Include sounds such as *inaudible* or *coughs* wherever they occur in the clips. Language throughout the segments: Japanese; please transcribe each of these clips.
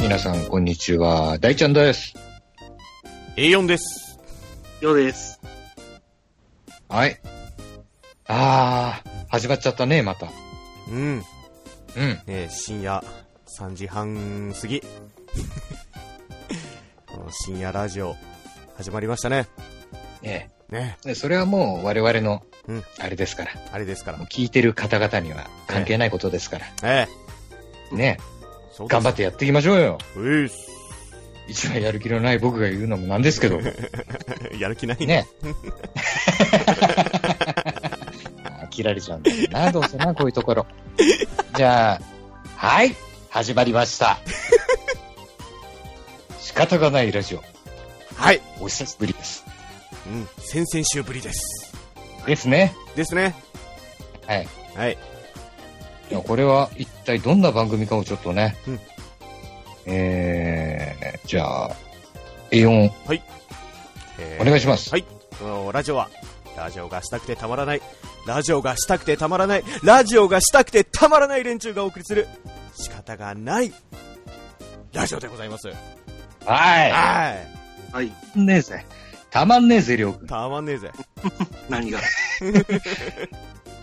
皆さん、こんにちは。大ちゃんです。 A4 です。よです。はい。あー、始まっちゃったね、また。うん。ねうん。え深夜3時半過ぎ。 *laughs* この深夜ラジオ、始まりましたね。えねえ。でそれはもう我々のうん、あれですから。えあれですからもう。聞いてる方々には関係ないことですから。ええねそうえ。です頑張ってやっていきましょうよ。うぃっ *laughs* 一番やる気のない僕が言うのもなんですけ *laughs* ど。すやる気ないねね。え。飽きられちゃうんだよな、どうせな、こういうところ。じゃあ、はい、始まりま *laughs* した。仕方がないラジオ、はい。お久しぶりです。うん。先々週ぶりです。ですね。ですね。はい。はい。いやこれは一体どんな番組かをちょっとね。うんえー、じゃあ、A4、えーお願いします。はい。このラジオは、ラジオがしたくてたまらない。ラジオがしたくてたまらない。ラジオがしたくてたまらない連中がお送りする。仕方がない。ラジオでございます。ははい。はい。い。たまんねえぜ。たまんねえぜ、りょうくん。たまんねえぜ。何が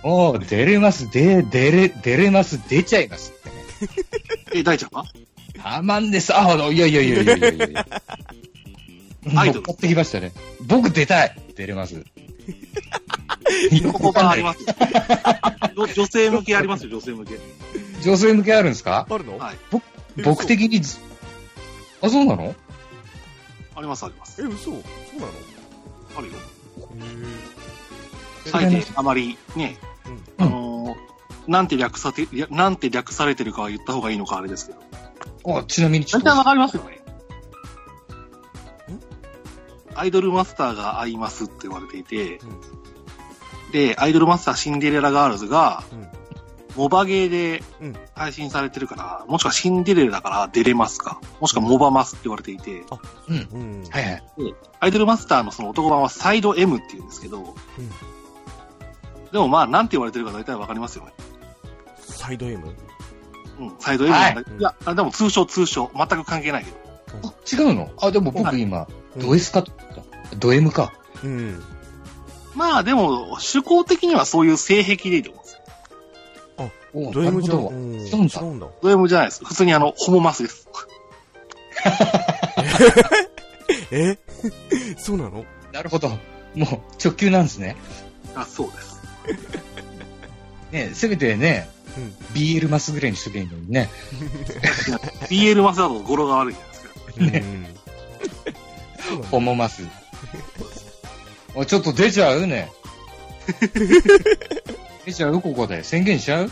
もう、出れます、で、出れ、出れます、出ちゃいますってね。え、大ちゃんがたまんです。あ、いやいやいやいやいやいやいや。アイドル買ってきましたね。僕出たい出れます。 *laughs* ここからあ *laughs* りますよ。女女性向けありますよ、女性向け。女性向けあるんですかあるのはいえ僕的にず、あ、そうなのあります、あります。え、嘘そうなのあるよ。それ最ね近、あまりね、うんあのーなんて略さて、いやなんて略されてるかは言った方がいいのかあれですけど。あ、ちなみにちょ大っと体。わかりますよね。アイドルマスターが合いますって言われていて、で、アイドルマスターシンデレラガールズが、うんモバゲーでうん配信されてるから、もしくはシンデレラだから出れますか、もしくはモバマスって言われていて、うん。うん。はいはい。アイドルマスターのその男版はサイド M って言うんですけど、でもまあ、なんて言われてるか大体わかりますよね。サイド M? うん、サイド M なんだ、はいい、や、あでも通称通称、全く関係ないけど。あ、違うのあ、でも僕今、ド S かと思った。ド M か。うん。まあでも、趣向的にはそういう性癖でいいと思うんですよ。おド M じゃん。なるほどうん違違うんだうんだ。ド M じゃないです。普通にあの、ホモマスです。え *laughs* そうなのなるほど。もう直球なんですね。あ、そう *laughs* です。ねせめてね、うん BL マスぐらいにしとけばいいのにね。 BL マスだと語呂が悪いじゃないですか。うん。ホモマ *laughs* ス。あ、ちょっと出ちゃうね。 *laughs* 出ちゃうここで。宣言しちゃう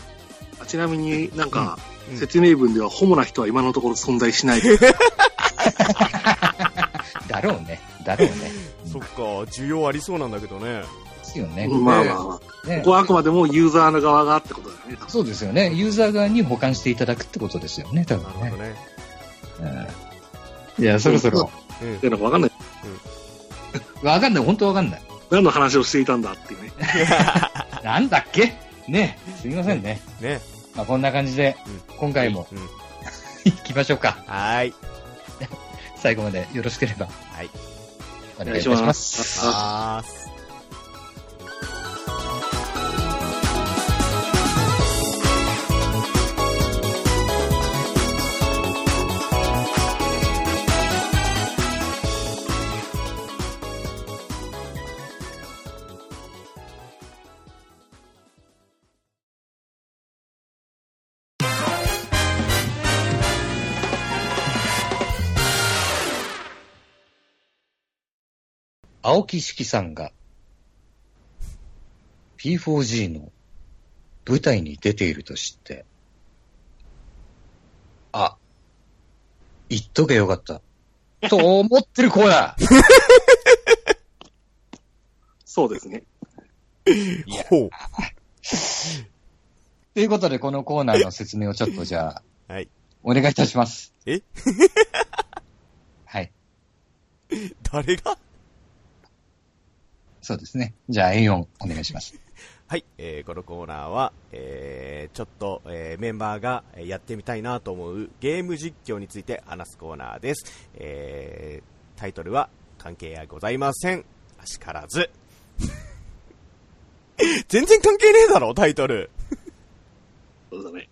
あちなみになんか、うんうん説明文ではホモな人は今のところ存在し *laughs* ない。だろうね。だろうね。そっか、需要ありそうなんだけどね。ですよね。 *laughs* まあまあまあ。こねこはあくまでもユーザーの側がってことだよね。そうですよね。ユーザー側に保管していただくってことですよね、多なるほ分ねど。ね。うんいや、そろそろ。うんい。や、なんかわかんない。わかんない、本当わかんない。何の話をしていたんだっていうね。なんだっけねすみませんね。ね。まあ、こんな感じでう、今回もうん。行きましょうか。はーい。。最後までよろしければ。はいお願いいたします。あーす。青木式さんが P4G の舞台に出ていると知って、あ、言っとけよかった。と思ってる子だ *laughs* そうですね。ほう。ということで、このコーナーの説明をちょっとじゃあ、はいお願いいたします。えはい。誰がそうですね。じゃあ、A4 お願いします。はい、えーこのコーナーは、えーちょっと、えーメンバーがえーやってみたいなと思うゲーム実況について話すコーナーです。えータイトルは関係はございません。あしからず。 *laughs* 全然関係ねえだろ、タイトル。そうだね。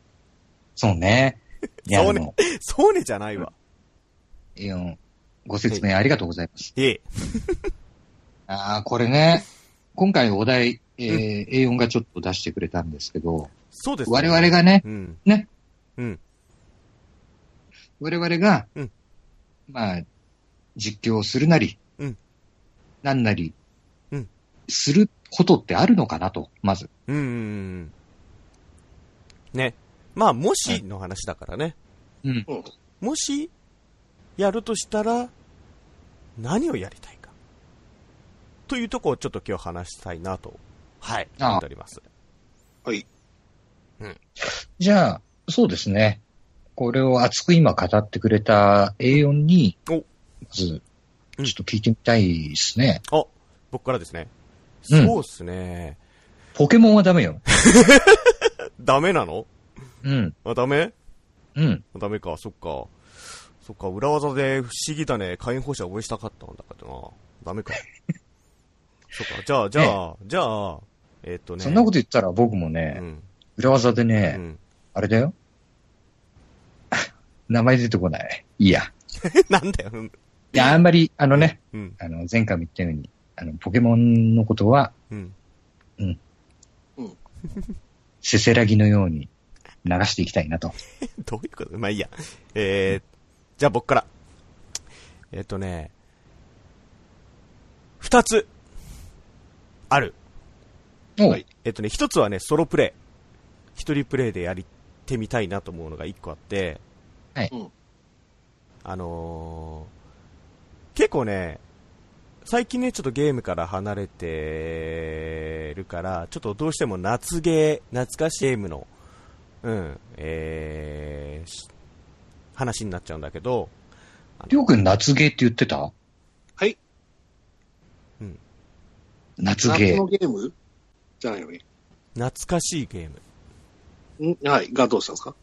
そうね。いや、そうあねの、そうねじゃないわ。いやご説明ありがとうございます。ええああ、これね、今回お題、えー A4 がちょっと出してくれたんですけど、そうです、我々がね、うん。ね。うん。我々が、うんまあ、実況をするなり、うんなんなり、うんすることってあるのかなと、まず。うんうんうん。ね。まあ、もしの話だからね。うん。うん。もし、やるとしたら、何をやりたいか。というとこをちょっと今日話したいなと、はい、ああ思っております。はい。じゃあ、そうですね。これを熱く今語ってくれた A4 に、おまず、ちょうんっと聞いてみたいですね。あ、僕からですね。うんそうっすね。ポケモンはダメよ。ダメなのうん。あ、ダメうん。ダメか、そっか。そっか、裏技で不思議だね。火炎放射応援したかったんだけどな。ダメか。 *laughs* そっか、じゃあ、じゃあ、じゃあ、えっとね。そんなこと言ったら僕もね、うん。裏技でうね、ん。あれだよ。 *laughs* 名前出てこない。いいや。なんだよ。うんいや、あんまり、あのね、うん。あの、前回も言ったように、あの、ポケモンのことは、うん。せせらぎのように流していきたいなと。 *laughs* どういうことまあいいや。えー、じゃあ僕から。えっ、とね、二つ、ある。おうはいえっ、とね、一つはね、ソロプレイ。一人プレイでやりてみたいなと思うのが一個あって、はいうんあのー、結構ね、最近ね、ちょっとゲームから離れてるから、ちょっとどうしても夏ゲー、懐かしいゲームの、うん、えー、し話になっちゃうんだけど、りょうくん夏ゲーって言ってたはい。夏夏ゲのー。ゲームじゃないよね。懐かしいゲーム。んはい。がどうしたんですか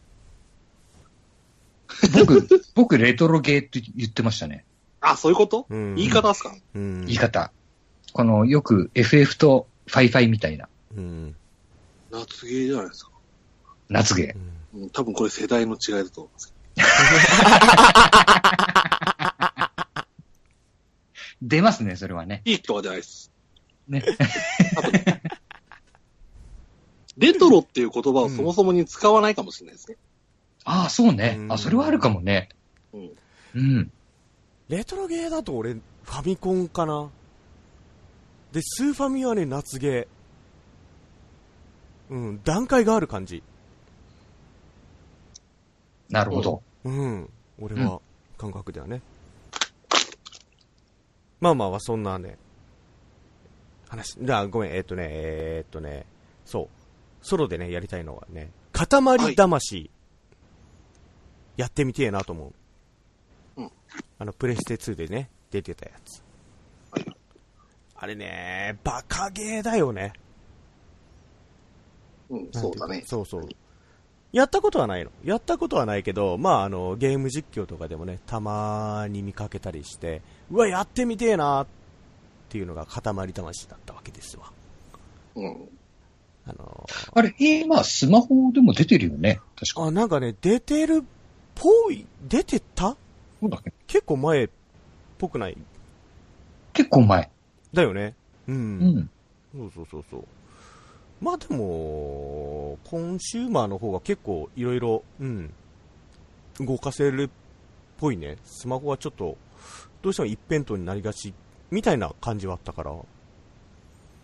*laughs* 僕、僕、レトロゲーって言ってましたね。あ、そういうこと、うん言い方ですかうん。言い方。この、よく FF とファイファイみたいなうん。夏ゲーじゃないですか。夏ゲーう。んうん、多分これ世代の違いだと思います出ますね、それはね。いい人はじゃないです。ね。レトロっていう言葉をそもそもに使わないかもしれないですね。ああ、そうねう。んあ、それはあるかもね。うん。うん。レトロゲーだと俺、ファミコンかな。で、スーファミはね、夏ゲー。うん、段階がある感じ。なるほど。うん、俺は、感覚ではね。まあまあまあ、そんなね、話、じゃあごめん、えーっ、とね、えーっ、とね、そう、ソロでね、やりたいのはね、塊魂、やってみてえなと思う。うんあの、プレステ2でね、出てたやつ。はいあれね、バカゲーだよね。うん、そうなだんていねか。そうそう。やったことはないの。やったことはないけど、まあ、あの、ゲーム実況とかでもね、たまに見かけたりして、うわ、やってみてえなっていうのが塊魂だったわけですわ。うん。あのあれ、今、スマホでも出てるよね。確か。あ、なんかね、出てるっぽい、出てたそうだね。結構前っぽくない結構前。だよね。うん。うん。そうそうそうそう。まあでも、コンシューマーの方が結構いろいろ、うん、動かせるっぽいね。スマホはちょっと、どうしても一辺倒になりがち、みたいな感じはあったから。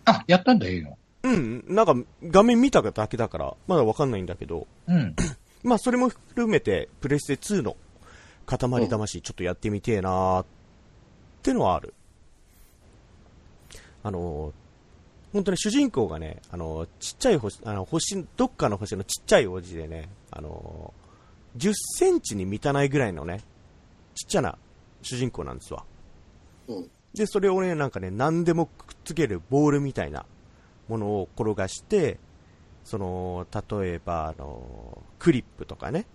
あ、やったんだよ。うん、なんか画面見ただけだから、まだわかんないんだけど、うん。まあそれも含めて、プレステ2の塊魂ちょっとやってみてえなーってのはある。あのー、本当に主人公がね、あのー、ちっちゃい星、あの、星、どっかの星のちっちゃい王子でね、あのー、10センチに満たないぐらいのね、ちっちゃな主人公なんですわ。うん。で、それをね、なんかね、何でもくっつけるボールみたいな、ものを転がして、その、例えば、あの、クリップとかね、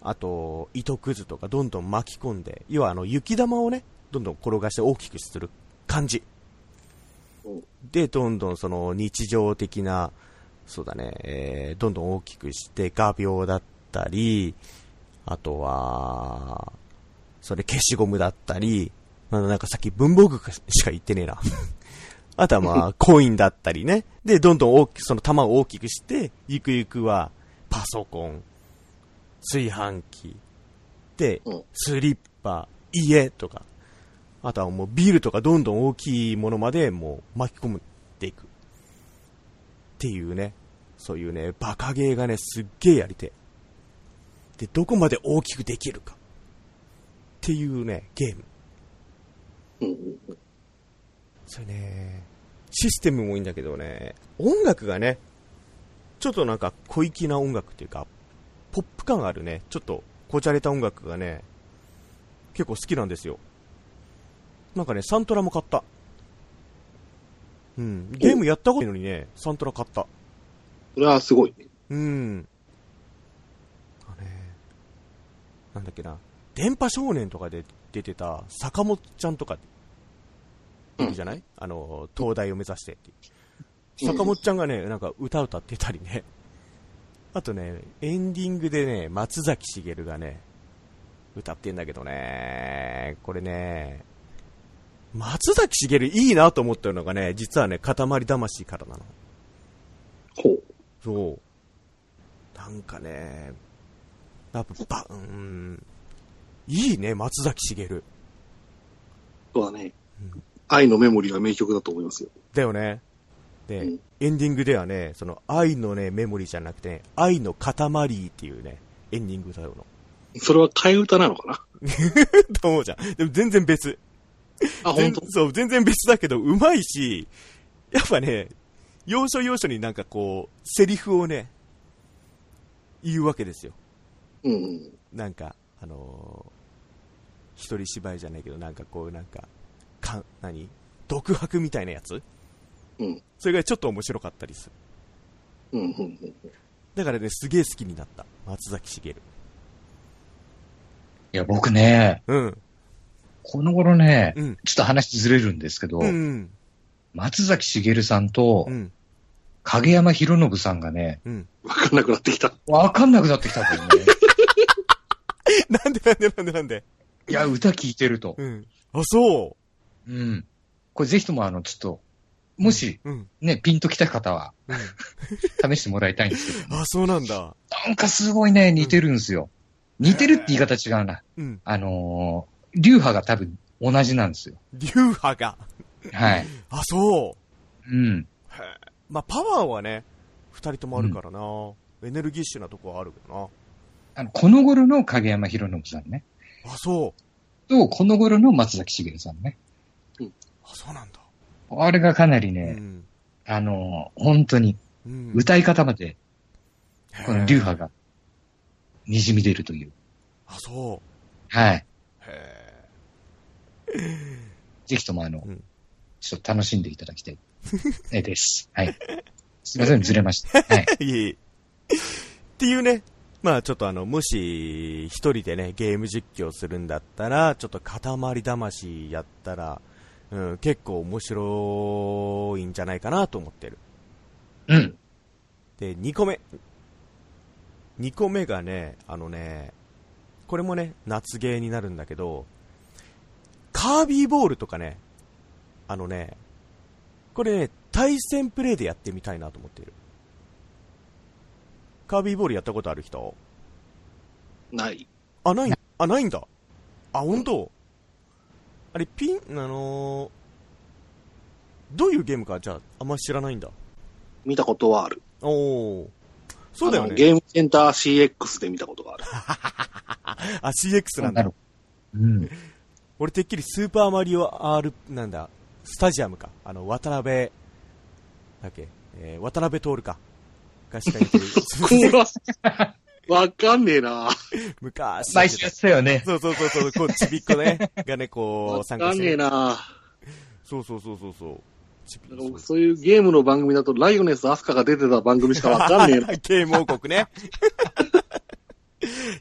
あと、糸くずとかどんどん巻き込んで、要はあの、雪玉をね、どんどん転がして大きくする感じ。うんで、どんどんその、日常的な、そうだね、えーどんどん大きくして、画鋲だったり、あとは、それ消しゴムだったり、まあ、なんかさっき文房具しか言ってねえな。 *laughs* あとはまあ、コインだったりね。で、どんどん大きく、その玉を大きくして、ゆくゆくは、パソコン、炊飯器、でうん、スリッパ、家とか、あとはもうビールとかどんどん大きいものまでもう巻き込んでいく。っていうね、そういうね、バカゲーがね、すっげえやりてえ。で、どこまで大きくできるか。っていうね、ゲーム。うんうんうんそれね、システムもいいんだけどね、音楽がね、ちょっとなんか小粋な音楽っていうか、ポップ感あるね、ちょっとこじゃれた音楽がね、結構好きなんですよ。なんかね、サントラも買った。うん、ゲームやったことないのにね、サントラ買った。それはすごいね。うん。あれ、なんだっけな、電波少年とかで出てた坂本ちゃんとかいるじゃない、あの、東大を目指してっていう。うん坂本ちゃんがね、なんか歌歌ってたりね。あとね、エンディングでね、松崎しげるがね、歌ってんだけどね、これね、松崎しげるいいなと思ったのがね、実はね、塊魂からなの。ほう。そう。なんかね、やっぱ、ばうーん、いいね、松崎しげる。そうだねうん。愛のメモリーは名曲だと思いますよ。だよね。で、うんエンディングではね、その、愛のね、メモリーじゃなくて、ね、愛の塊っていうね、エンディングだよの。 *laughs* それは替え歌なのかなと思うじゃん。でも全然別。あ、本当全そう、全然別だけど、うまいし、やっぱね、要所要所になんかこう、セリフをね、言うわけですよ。うんうん。なんか、あのー一人芝居じゃないけど、なんかこう、なんか、か、何独白みたいなやつうん。それがちょっと面白かったりする。うんうんうんうん。だからね、すげえ好きになった。松崎しげる。いや、僕ね、うん。この頃ね、うん。ちょっと話ずれるんですけど、うん。松崎しげるさんとうん。影山博信さんがね、うん。わかんなくなってきた。わかんなくなってきたんだ *laughs* よね。なんでなんでなんでなんでいや、歌聞いてると。うん。あ、そうん。これぜひともあの、ちょっと、もしううん。ね、ピンときた方はうん。 *laughs* 試してもらいたいんですけど、あ、そうなんだ。なんかすごいね、似てるんですよ。似てるって言い方違うな。うん。あのー、流派が多分同じなんですよ。流派が。はい。あ、そう。うん。へえまあ、パワーはね、二人ともあるからな。エネルギッシュなとこはあるけどあの、この頃の影山博信さんね。な。あ、そう。と、この頃の松崎しげるさんね。あ、そうなんだ。あれがかなりうね、ん。あのー、本当にうん。歌い方まで、この流へえ派が、滲み出るという。あ、そう。はい。へぜひともあの、うんちょっと楽しんでいただきた *laughs* いえです。はい。すいません、ずれました。はい。え。 *laughs* いえいえ。っていうね、まあちょっとあの、もし、一人でね、ゲーム実況するんだったら、ちょっと塊魂やったら、うん、結構面白いんじゃないかなと思ってる。うん。で、2個目。2個目がね、あのね、これもね、夏ゲーになるんだけど、カービーボールとかね、あのね、これね、対戦プレイでやってみたいなと思っている。カービーボールやったことある人ない。あ、ない、あ、ないんだ。あ、本当あれ、ピン、あのーどういうゲームか、じゃあ、あんま知らないんだ。見たことはある。おお。そうだよあのね。ゲームセンター CX で見たことがある。あ、CX なんだ。ろう。 *laughs* うん。俺てっきりスーパーマリオ R、なんだ、スタジアムか。あの、渡辺、だっけ、えー渡辺徹か。がしか言ってる *laughs* わかんねえな昔。毎週やってたよね。そうそうそうそう、こう、ちびっこね、がね、こわう、か参加しんねえて。なそうそうそうそうそう。だから僕そういうゲームの番組だと、ライオネス・アスカが出てた番組しかわかんね *laughs* えな。ゲーム王国ね。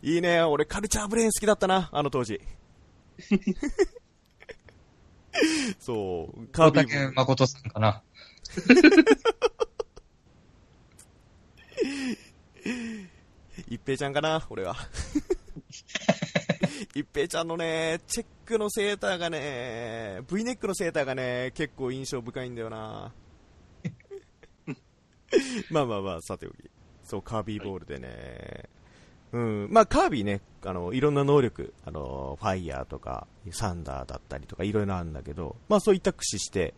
いいね。俺、カルチャーブレーン好きだったな、あの当 *laughs* 時。そう。カ大ービィ竹誠さんかな。 *laughs* 一平ちゃんかな、俺は。 *laughs* 一平ちゃんのね、チェックのセーターがね、V ネックのセーターがね、結構印象深いんだよな。 *laughs* まあまあまあ、さておき。そう、カービーボールでね。うん。まあ、カービーね、あの、いろんな能力、あの、ファイヤーとか、サンダーだったりとか、いろいろあるんだけど、まあ、そういった駆使して、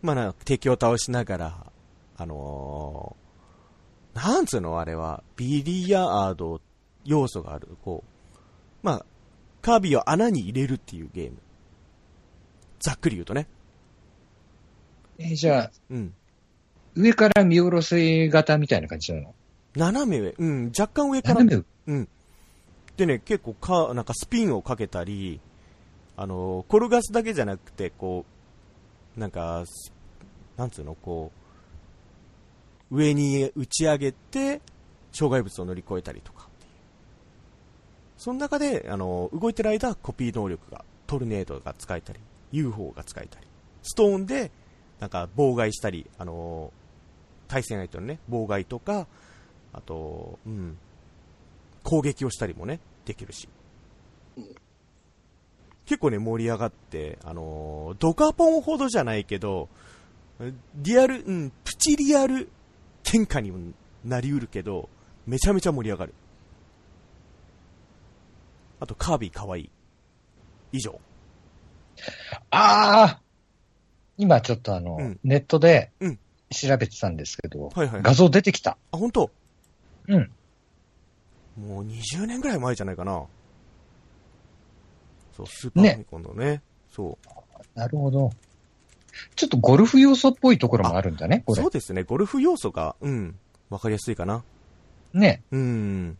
まあ、なんか敵を倒しながら、あのーなんつうのあれは、ビリヤード要素がある。こう。まあ、カービィを穴に入れるっていうゲーム。ざっくり言うとね。えーじゃあ、うん。上から見下ろせ型みたいな感じなの斜め上。うん。若干上から。斜め上うん。でね、結構か、なんかスピンをかけたり、あの、転がすだけじゃなくて、こう、なんか、すなんつうの、こう、上に打ち上げて、障害物を乗り越えたりとかっていう。その中で、あの、動いてる間、コピー能力が、トルネードが使えたり、UFO が使えたり、ストーンで、なんか、妨害したり、あの、対戦相手のね、妨害とか、あと、うん、攻撃をしたりもね、できるしうん。結構ね、盛り上がって、あのードカポンほどじゃないけど、リアル、うん、プチリアル喧嘩にもなりうるけど、めちゃめちゃ盛り上がる。あと、カービィかわいい。以上。ああ今ちょっとあの、うんネットでうん調べてたんですけど、はいはい。あ画、像出てきた。本当うん。もう20年ぐらい前じゃないかな。そう、スーパーファミコンのねそう。なるほど。ちょっとゴルフ要素っぽいところもあるんだね、これそ。うですね、ゴルフ要素が、うん、わかりやすいかな。ね。うん、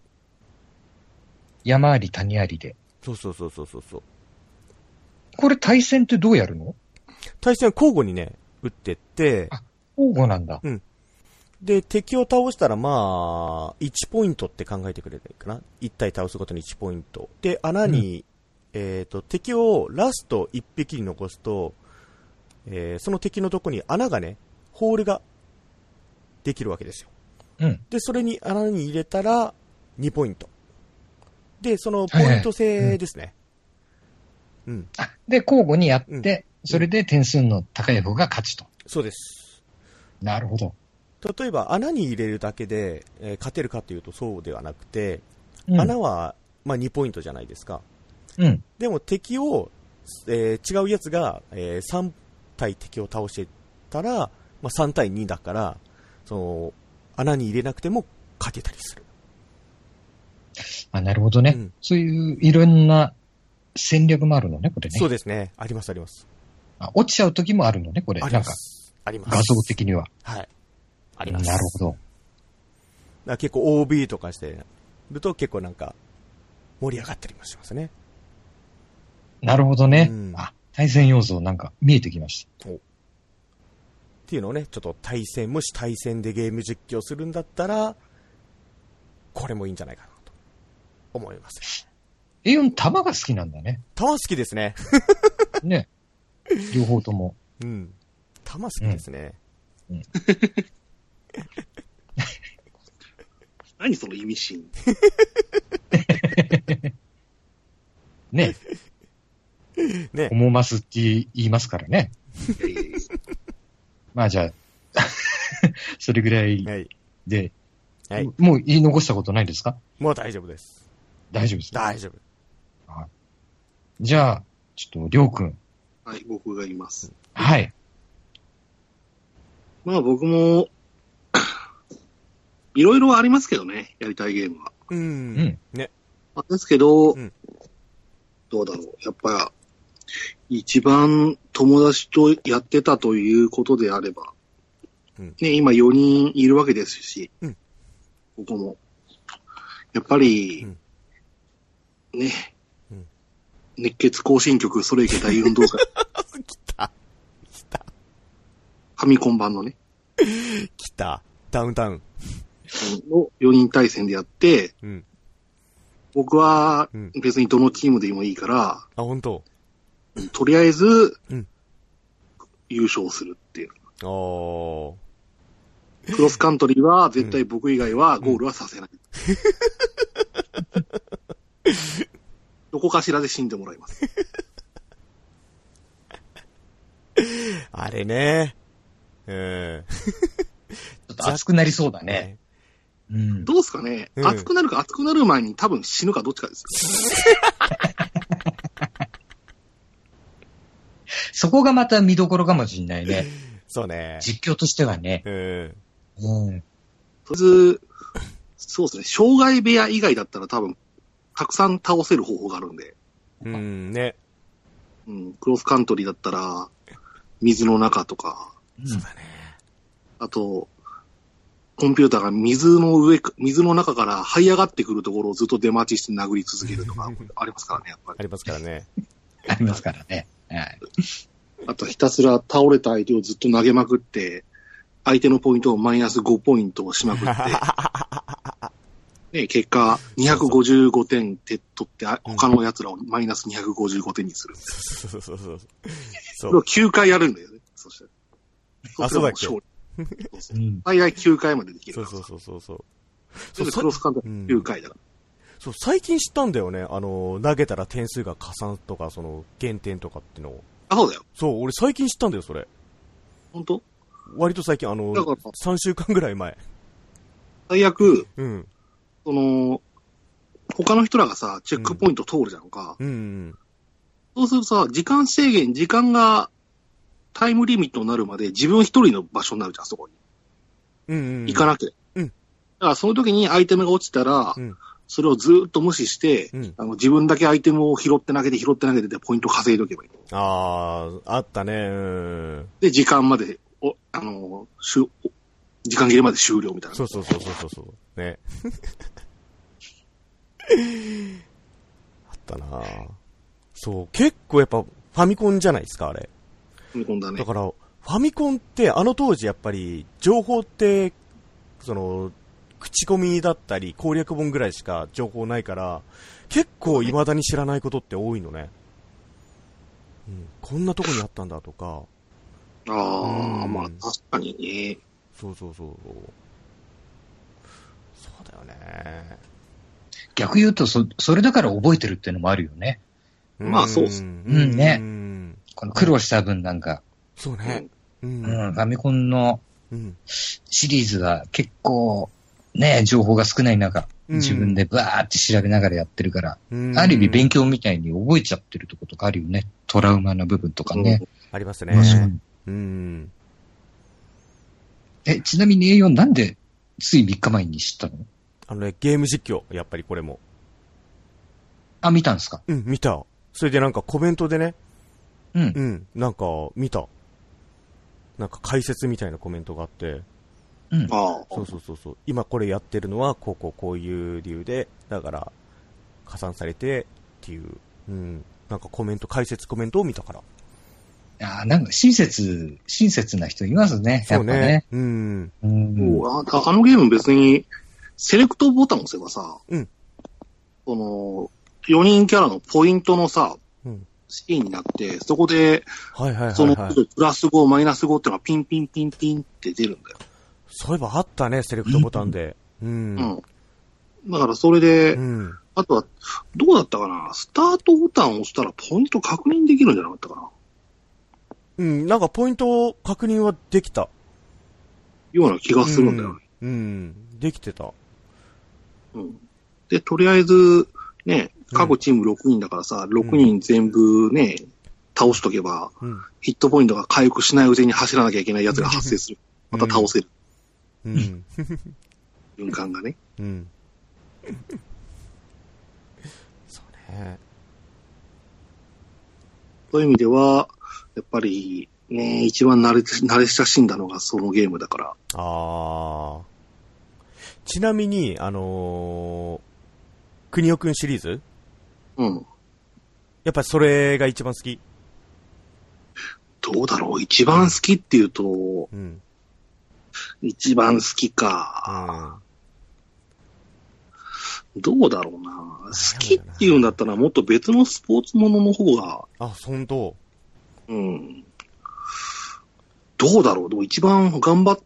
山あり谷ありで。そうそうそうそうそうそう。これ対戦ってどうやるの対戦は交互にね、打ってって、交互なんだ。で、敵を倒したら、まあ、1ポイントって考えてくれるかな。1体倒すごとに1ポイント。で、穴に、えっ、と、敵をラスト1匹に残すと、えーその敵のとこに穴がね、ホールができるわけですよ。うん。で、それに穴に入れたら、2ポイント。で、そのポイント制ですね。うん、あ、で、交互にやって、うんそれで点数の高い方が勝ちと。そうです。なるほど。例えば、穴に入れるだけで、えー勝てるかというとそうではなくて、うん穴は、まあ、2ポイントじゃないですか。うん。でも敵を、えー違うやつが、え3体敵を倒してたら、まあ、3対2だから、その、穴に入れなくても勝てたりする。あ、なるほどね。うんそういういろんな戦略もあるのね、これね。そうですね。ありますあります。あ落ちちゃう時もあるのね、これ。ありなんまか、す。あります。画像的には。はい。あなりるます。ほど。だから結構 OB とかしてると結構なんか盛り上がったりもしますね。なるほどね。うんあ、対戦要素なんか見えてきましっていうのをね、ちょっと対戦、もし対戦でゲーム実況するんだったら、これもいいんじゃないかなと思います。た。A4 玉が好きなんだね。玉好きですね。 *laughs* ね。両方とも。うん。玉好きですね。 *laughs* 何その意味深。ね。ね思ますって言いますからね。いやいやいやまあじゃあ、 *laughs* それぐらいはい。で、はい。もう言い残したことないですかもう大丈夫です。大丈夫です。大丈夫。じゃあ、ちょっと、りょうくん。はい、僕がいます。はい。まあ僕も、 *coughs* いろいろありますけどね、やりたいゲームは。う。うんん。まあですけど、うんどうだろう。やっぱ、一番友達とやってたということであれば、うんね、今4人いるわけですし、うん僕も。やっぱり、ね、うん *laughs* 熱血行進曲、それいけ大運動会。来た。来た。ァミコン版のね、来た。ダウンタウン。うんを4人対戦でやって、うん。僕はうん別にどのチームでもいいから、あ、本当とりあえずうん、優勝するっていう。おー。クロスカントリーは絶対僕以外はゴールは *laughs* させない。どこかしらで死んでもらいます。あれね。うん。ちょっと熱くなりそうだね。うね。ん。どうすかね、うん熱くなるか熱くなる前に多分死ぬかどっちかですよ。そこがまた見どころかもしんないね。そうね。実況としてはね。うん。うん。とりあえず、そうですね、障害部屋以外だったら多分、たくさん倒せる方法があるんで、うん、ね。うん、クロスカントリーだったら、水の中とか、うんあと、コンピューターが水の上か、水の中から這い上がってくるところをずっと出待ちして殴り続けるとか、ありますからね、やっぱりあ。りますからね。ありますからね。はい。あとひたすら倒れた相手をずっと投げまくって、相手のポイントをマイナス5ポイントをしまく *laughs* って、ね、結果、255点って取って、あうん他の奴らをマイナス255点にする。そうそうそうそう。そそれをう。 9回やるんだよね。そしたら。あそうだっけそれはもう勝利そうそううん。最大9回までできるそかうら。そうそうそうそう。それでクロスカントリー9回だから。そう、最近知ったんだよね。あの、投げたら点数が加算とか、その、減点とかってのを。あ、そうだよ。そう、俺最近知ったんだよ、それ。本当割と最近、あの、だから3週間ぐらい前。最悪、うん。その、他の人らがさ、チェックポイント通るじゃんか。うんうん。そうするとさ、時間制限、時間がタイムリミットになるまで自分一人の場所になるじゃん、そこに。うんうん。行かなきゃ。うんだからその時にアイテムが落ちたら、うんそれをずっと無視して、うんあの自分だけアイテムを拾って投げて拾って投げてでポイント稼いでおけばいい。ああ、あったね。うん。で、時間まで、おあの、しゅお時間切れまで終了みたいな。そうそうそうそうそうそう。ね。 *laughs* あったなぁそう、結構やっぱファミコンじゃないですか、あれ。踏み込んだねだ。から、ファミコンってあの当時やっぱり情報って、その、口コミだったり攻略本ぐらいしか情報ないから、結構未だに知らないことって多いのね。うん、こんなとこにあったんだとか、ああ、うんまあ確かにね。そうそうそう。そうだよね。逆言うと、そ、それだから覚えてるっていうのもあるよね。まあそうっすんうんねんこの苦労した分なんか、そうね。うん。うん、ファミコンのうん。シリーズは結構、ね、情報が少ない中、うん自分でバーって調べながらやってるから、うんある意味勉強みたいに覚えちゃってるとことかあるよね。トラウマな部分とかね。ありますうんね。うん。え、ちなみに A4 なんでつい3日前に知ったのあのね、ゲーム実況、やっぱりこれも。あ、見たんですかうん、見た。それでなんかコメントでね、うんう。ん、なんか見た。なんか解説みたいなコメントがあって、うん。ああそうそうそうそう、今これやってるのは、こうこうこういう理由で、だから、加算されてっていう、うん、なんかコメント、解説コメントを見たから。あーなんか親切、親切な人いますね。やっぱね。。うん。うん。もうああのゲーム別に、セレクトボタンを押せばさ、うんその、4人キャラのポイントのさ、うんシーンになって、そこで、はいはいそはいの、はい。プラス5、マイナス5ってのがピンピンピンピンって出るんだよ。そういえばあったね、セレクトボタンで。うん。うん。だからそれで、うん。あとは、どうだったかなスタートボタンを押したらポイント確認できるんじゃなかったかなうん、なんかポイント確認はできた。ような気がするんだよね。うん。うん、できてた。うん。で、とりあえず、ね、各チーム6人だからさ、6人全部ね、倒しとけば、うん。ヒットポイントが回復しないうちに走らなきゃいけないやつが発生する。うまんた倒せるうん。瞬間がね。うん。 *laughs* そうね。そういう意味では、やっぱり、ね、一番慣れて、慣れ親しんだのがそのゲームだから。あー。ちなみに、あのー、くにおくんシリーズうん。やっぱそれが一番好きどどうだろう一番好きっていうと、うん。一番好きか。あどうだろうな。好きっていうんだったらもっと別のスポーツものの方が、あ、本当。うん。どうだろうでも一番頑張っ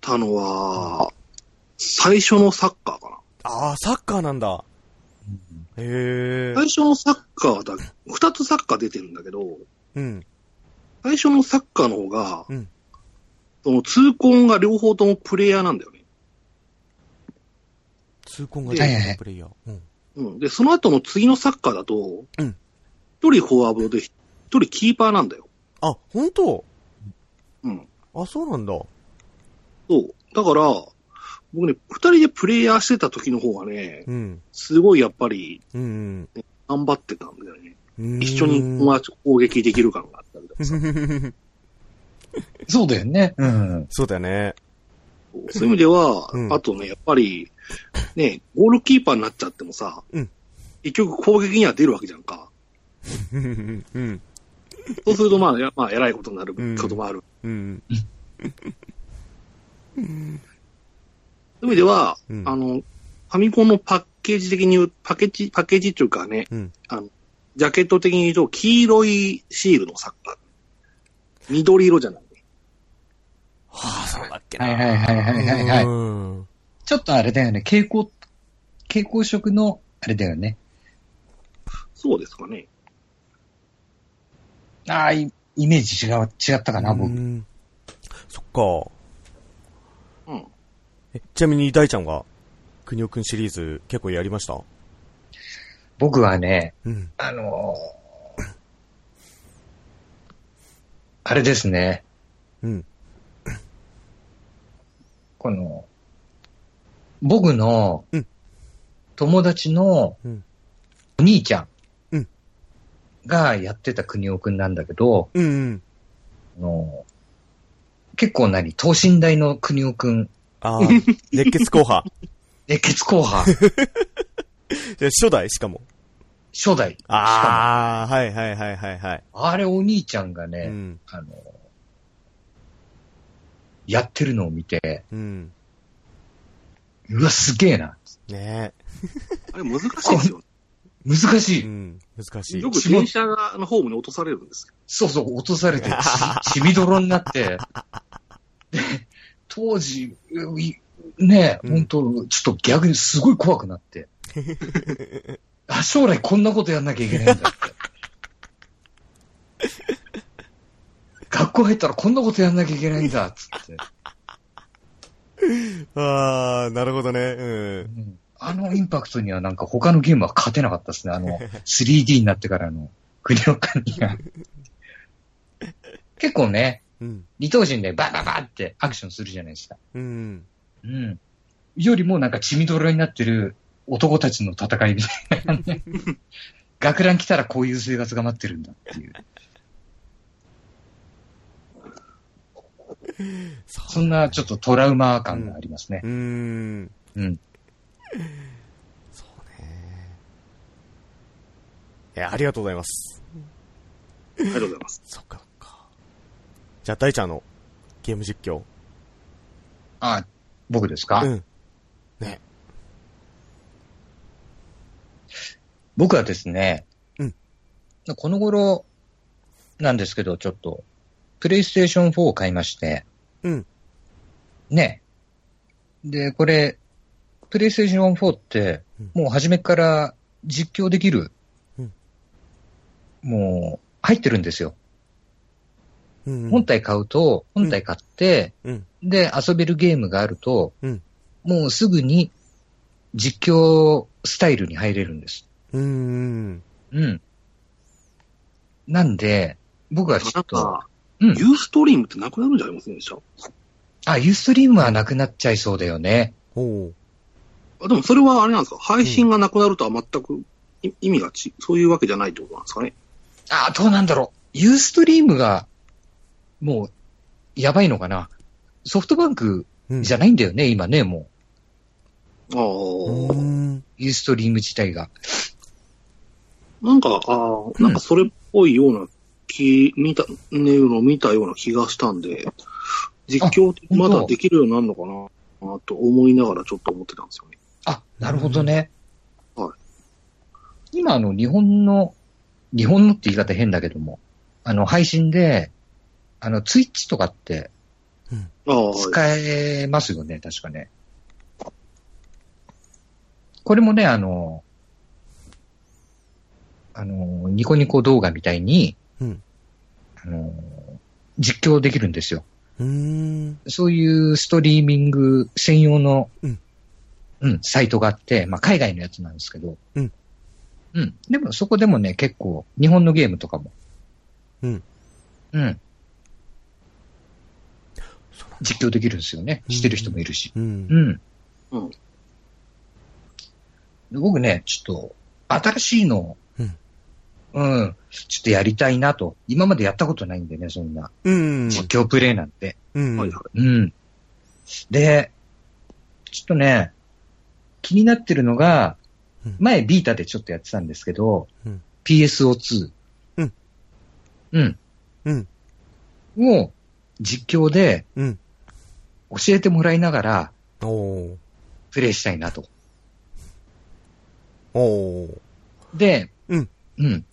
たのは、最初のサッカーかああ、サッカーなんだ。へえな。。最初のサッカーはだ、二つサッカー出てるんだけど、うん。最初のサッカーの方が、うんその痛恨が両方ともプレイヤーなんだよね。痛恨がはい出はいてはるいプレイヤー。うん。うん。で、その後の次のサッカーだと、一、うん人フォワードで、一人キーパーなんだよ。あ、本当うん。あ、そうなんだ。そう。だから、僕ね、二人でプレイヤーしてた時の方がね、うん。すごいやっぱりうん頑張ってたんだよね。うん。一緒にまあ攻撃できる感があったりとかさ。うん。そうだよね。うん。 *laughs* そうだよね。 *laughs* そういう意味では、うんあとね、やっぱり、ね、ゴールキーパーになっちゃってもさ、うん結局攻撃には出るわけじゃんか。うん。うんそうするとまあ、やまあ、偉いことになることもある。うん。そういう意味では、うんあの、ファミコンのパッケージ的に言う、パッケージ、パッケージっていうかね、うんあの、ジャケット的に言うと、黄色いシールのサッカー。緑色じゃない。はあ、そうだっけな。はいはいはいはいはい、はい。うん。ちょっとあれだよね。蛍光、蛍光色の、あれだよね。そうですかね。ああ、イイメージ違う、違ったかな、う僕。んそっか。うん。えちなみに大ちゃんが、くにおくんシリーズ結構やりました僕はね、うん。あのーあれですね。うん。この、僕のうん、友達のうん、お兄ちゃうんん、がやってた国尾くんなんだけど、うんうん。あのー結構なに、等身大の国尾くん、ああ、熱血硬派。熱血硬派、 *laughs* で *laughs* 初代しかも。初代。ああ、はいはいはいはいはい。あれお兄ちゃんがうね、ん。あのーやってるのを見て、うん。うわ、すげえな。ねあれ難しいですよ。難しえ。い。うん。難しい。よく電車のホームに落とされるんですよそうそう、落とされて、 *laughs* ち血みどろになって、で、当時、ういねうえ、ん本当ちょっと逆にすごい怖くなって。あ、将来こんなことやんなきゃいけないんだって。学校入ったらこんなことやんなきゃいけないんだ、つって。ああ、なるほどね。うん。うんあのインパクトにはなんか他のゲームは勝てなかったですね。あの、3D になってからの国の感じが。結構ね、うん。二頭身でバババってアクションするじゃないですか。うん。うん。よりもなんか血みどろになってる男たちの戦いみたい *laughs* な、学ラン来たらこういう生活が待ってるんだっていう。そんなちょっとトラウマ感がありますね。うん。うん。そうね。いや、ありがとうございます。ありがとうございます。そっかそっか。じゃあ、大ちゃんのゲーム実況。あ、僕ですか、うん。僕はですね、うんこの頃なんですけど、ちょっと、プレイステーション4を買いまして、うん。ね。で、これ、プレイステーション4ってうん、もう初めから実況できる、うんもう、入ってるんですよ。うん。本体買うと、本体買って、うん。で、遊べるゲームがあると、うんもうすぐに実況スタイルに入れるんです。うん。うん。なんで、僕はちょなんっと、か、うん。ユーストリームってなくなるんじゃありませんでしたあ、ユーストリームはなくなっちゃいそうだよね。おう。あでもそれはあれなんですか配信がなくなるとは全くい意味がち、そういうわけじゃないってことなんですかねあ、どうなんだろう。ユーストリームが、もう、やばいのかな。ソフトバンクうん。じゃないんだよね、今ね、もああ、うん。う。ユーストリーム自体が。なんか、ああ、なんかそれっぽいようなき、見た、ねうの見たような気がしたんで、実況あま本当だできるようになるのかな、と思いながらちょっと思ってたんですよね。あ、なるほどね。うんは今、あの、日本の、日本のって言い方変だけども、あの、配信で、あの、ツイッチとかってああ、はい使えますよね、確かね。これもね、あの、あの、ニコニコ動画みたいに、うんあの、実況できるんですよ。うーん。そういうストリーミング専用の、うんうんサイトがあって、まあ、海外のやつなんですけど、うんうんでも、そこでもね、結構、日本のゲームとかも。うん。うん。そうなんだ実況できるんですよね。してる人もいるし。うんう。ん。うんで僕ね、ちょっと、新しいの、うんうん。ちょっとやりたいなと。今までやったことないんでね、そんな。うん。実況プレイなんて。うん。はいはい。うん。で、ちょっとね、気になってるのがうん、前ビータでちょっとやってたんですけど、うん PSO2。うん。うん。うん。を実況でうん。教えてもらいながらおー。プレイしたいなと。おー。で、うん。うん。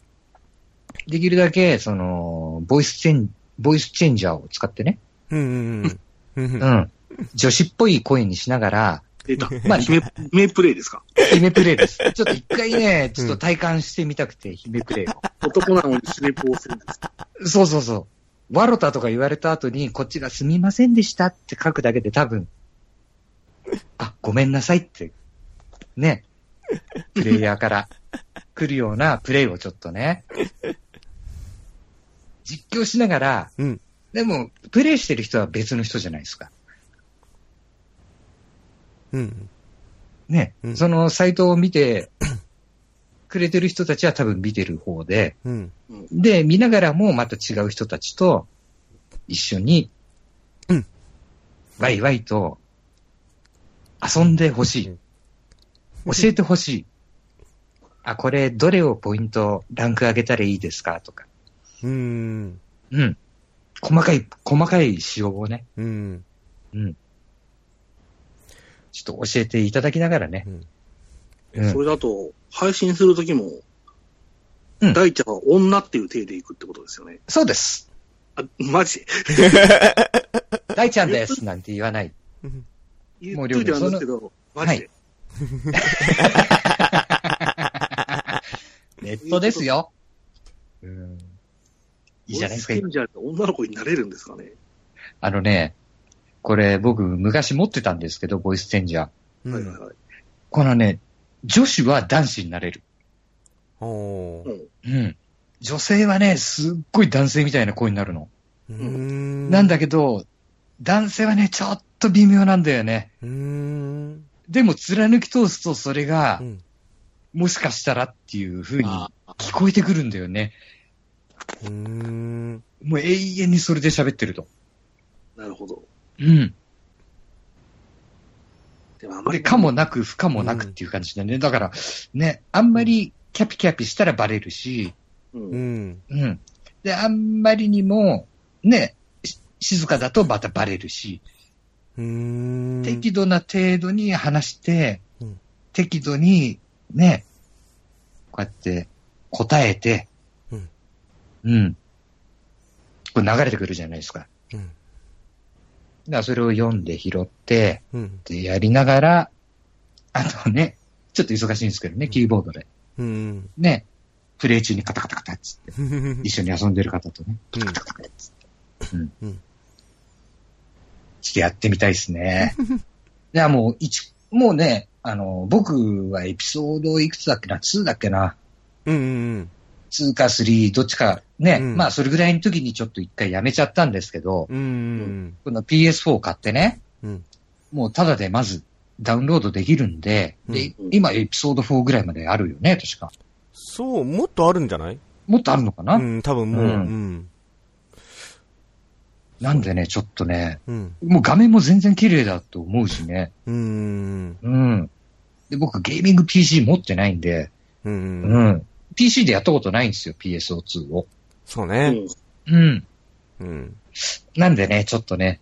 できるだけ、その、ボイスチェン、ボイスチェンジャーを使ってね、うん。うん。ううん。ん。女子っぽい声にしながら、出た。まあ、姫、姫プレイですか姫プレイ *laughs* です。ちょっと一回ね、ちょっと体感してみたくて、姫プレイを。男なのに姫プをするんですかそうそうそう。ワロタとか言われた後に、こっちがすみませんでしたって書くだけで多分、あ、ごめんなさいって、ね、プレイヤーから来るようなプレイをちょっとね、実況しながら、うんでも、プレイしてる人は別の人じゃないですか。うん。ね、うんそのサイトを見てくれてる人たちは多分見てる方で、うん。で、見ながらもまた違う人たちと一緒に、うんワイワイと遊んでほしい。うん教えてほしい。あ、これ、どれをポイント、ランク上げたらいいですかとか。うん。うん。細かい、細かい仕様をね、うん。ちょっと教えていただきながらね。うんそれだと、配信するときも、うん大ちゃんは女っていう体でいくってことですよね。そうです。あ、マジ大ちゃんですなんて言わない。言もうっ了と解いてなんですけど、マジで。ネットですよ。うん。いいじゃないですかボイスチェンジャーって女の子になれるんですかね。あのね、これ僕昔持ってたんですけど、ボイスチェンジャー。うはいはいん。はい。このね、女子は男子になれる。おー。うん。女性はね、すっごい男性みたいな声になるの。うん。なんだけど、男性はね、ちょっと微妙なんだよね。うん。でも貫き通すとそれがう、ん。もしかしたらっていう風にああ聞こえてくるんだよね。うん。もう永遠にそれで喋ってると。なるほど。うん。でもあんこれかもなく、不可もなくっていう感じだね。だから、ね、あんまりキャピキャピしたらバレるし、うんうん。うん。で、あんまりにも、ね、し静かだとまたバレるし、うん。適度な程度に話して、うん適度に、ね、こうやって答えて、うん。うん。これ流れてくるじゃないですか。だかうん。らそれを読んで拾って、うん。で、やりながら、あとね、ちょっと忙しいんですけどね、キーボードで。うん。ね、プレイ中にカタカタカタっつって、一緒に遊んでる方とね。ちょっとやってみたいですね。 *laughs* いや、もう、一、もうね、あの、僕はエピソードいくつだっけな ?2 だっけなうん。 ?2 か3、どっちかね、うんまあ、それぐらいの時にちょっと一回やめちゃったんですけど、うん。この PS4 買ってね、うん。もうただでまずダウンロードできるんで、でうん今エピソード4ぐらいまであるよね、確か。そう、もっとあるんじゃないもっとあるのかな、うん、多分もう。うん。なんでね、ちょっとね、うん。もう画面も全然綺麗だと思うしね。うん。うん。で、僕ゲーミング PC 持ってないんで、うん。うん。PC でやったことないんですよ、PSO2 を。そううね。ん。うん。うん。なんでね、ちょっとね、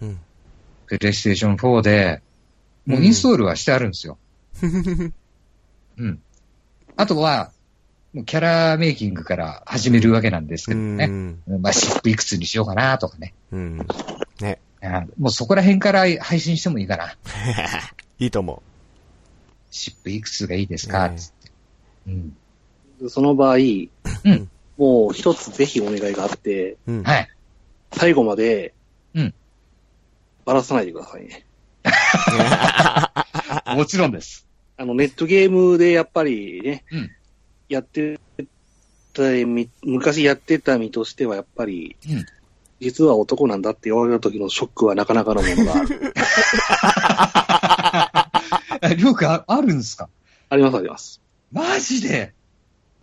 うん。プレイステーション4で、もうインストールはしてあるんですよ。 *laughs* うん。あとは、もうキャラメイキングから始めるわけなんですけうどね。ん。まあ、シップいくつにしようかなとかね。うん。あもうそこら辺から配信してもいいかな。いいと思シップいくつがいいですか、ねつって。うん。その場合、んもう一つぜひお願いがあって、う。うん。はい。最後まで、うんバラさないでくださいね。もちろんです。あの、ネットゲームでやっぱりね、うんやってた身、昔やってた身としてはやっぱり、うん実は男なんだって言われた時のショックはなかなかのものがあるえ、りょうくんああるんですかありますあります。マジでって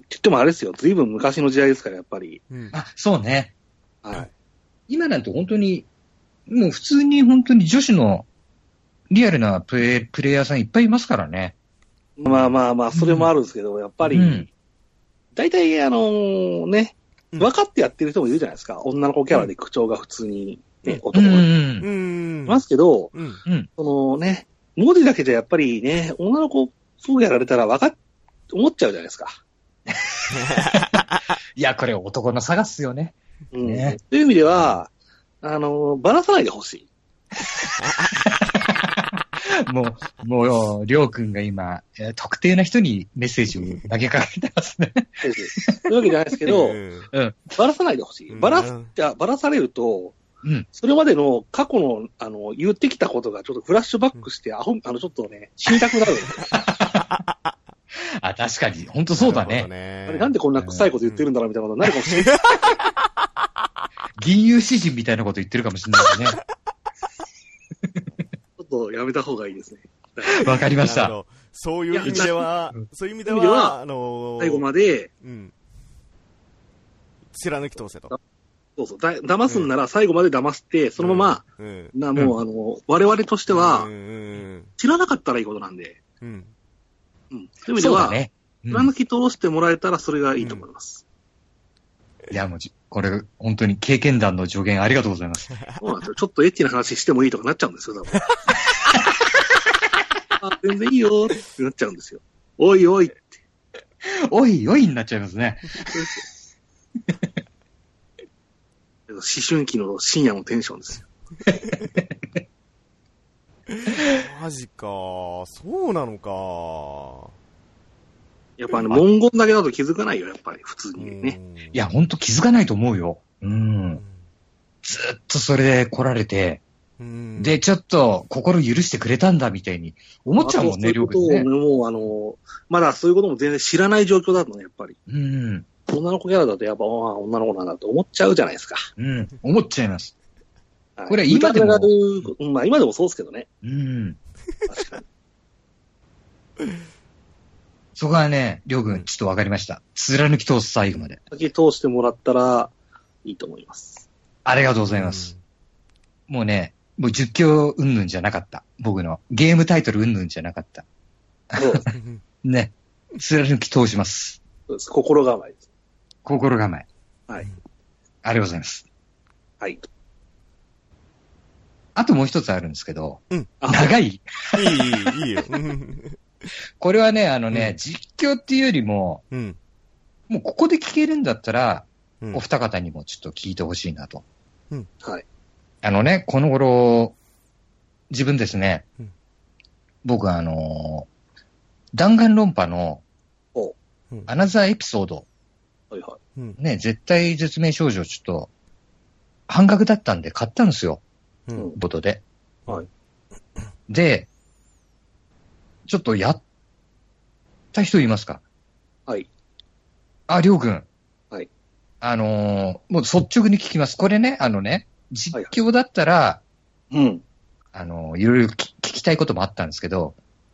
言ってもあれですよ、ずいぶん昔の時代ですから、やっぱり。うんあ、そうね。はいはい今なんて本当に、もう普通に本当に女子のリアルなプレイプレイヤーさんいっぱいいますからね。まあまあまあ、それもあるんですけど、やっぱり、うん大体、あのね、うん分かってやってる人もいるじゃないですか。女の子キャラで口調が普通に、ねうんう男んのう子いんううん。ん。ますけど、うん。うん。そのね、文字だけじゃやっぱりね、女の子そうやられたら分かっ、思っちゃうじゃないですか。いや、これ男の差がっすよね。うん。ねという意味では、あの、ばらさないでほしい。もう、もう、りょうくんが今、えー特定な人にメッセージを投げかけてますね。そういうわけじゃないですけどう、んばらさないでほしい。ばらす、じゃばらされると、うんそれまでの過去の、あの、言ってきたことがちょっとフラッシュバックして、アホ、あの、ちょっとね、死にたくなるんですよ。あ、確かに。本当そうだなるほねど。あれなんでこんな臭いこと言ってるんだろうみたいなことになるかもしれない。銀融詩人みたいなこと言ってるかもしれない *laughs* ね。ちょっとやめた方がいいですね。わかりましなた。るほどそういう意味ではうん、そういう意味で意味ではは、あのー、最後まで、うん。貫き通せと。そうそう、だ、騙すんなら最後まで騙して、そのまうま、ん。な、もう、あの、我々としてはうん、うん知らなかったらいいことなんで、うんうん。うん。そういう意味でそうは、だね。うん貫き通してもらえたらそれがいいと思います。いや、もうじ、これ、本当に経験談の助言ありがとうございます。そうなんですよ。ちょっとエッチな話してもいいとかなっちゃうんですよ、多分。 *laughs* あ全然いいよーってなっちゃうんですよ。おいおいって。おいおいになっちゃいますね。思春期の深夜のテンションですよ。マジか。そうなのか。やっぱあの、はい文言だけだと気づかないよ、やっぱり、普通にね。うんいや、、本当気づかないと思うよ。う。うんんずっとそれで来られて、うんで、、ちょっと心許してくれたんだみたいに思っちゃうもんね、あとりょうくんそういねうこと。をもう、あの、まだそういうことも全然知らない状況だとね、やっぱり。うん。女の子キャラだとやっぱ、ああ女の子なんだと思っちゃうじゃないですか。うん。思っちゃいます。はいこれ今でも疑ううんまあ今でもそうですけどね。うん。確かに。そこはね、りょうくん、ちょっとわかりました。貫き通す最後まで。先通してもらったらいいと思 *laughs* います。ありがとうごございます。。もうね、もう実況うんぬんじゃなかった。僕の。ゲームタイトルうんぬんじゃなかった。そうですうんね。貫き通します。そうです。心構えです。心構え。あはい。りがとうございます。はい。あともう一つあるんですけど、あ長い。いい、いい、いいよ。うんこれはね、あのね、うん実況っていうよりも、うん。もうここで聞けるんだったら、うんお二方にもちょっと聞いてほしいなと。はい。あのね、この頃、自分ですね、うん僕はあのー弾丸論破のおうんアナザーエピソード、はいはうんね、絶対絶命少女ちょっと、半額だったんで買ったんですよ、ううんん。ボトで。はいで、ちょっとやった人いますかい。はい。あ、りょうくん。はい。あのーもう率直に聞きます。これね、あのね、実況だったら、うん。あの、いろいろき聞きたいこともあったんですけど、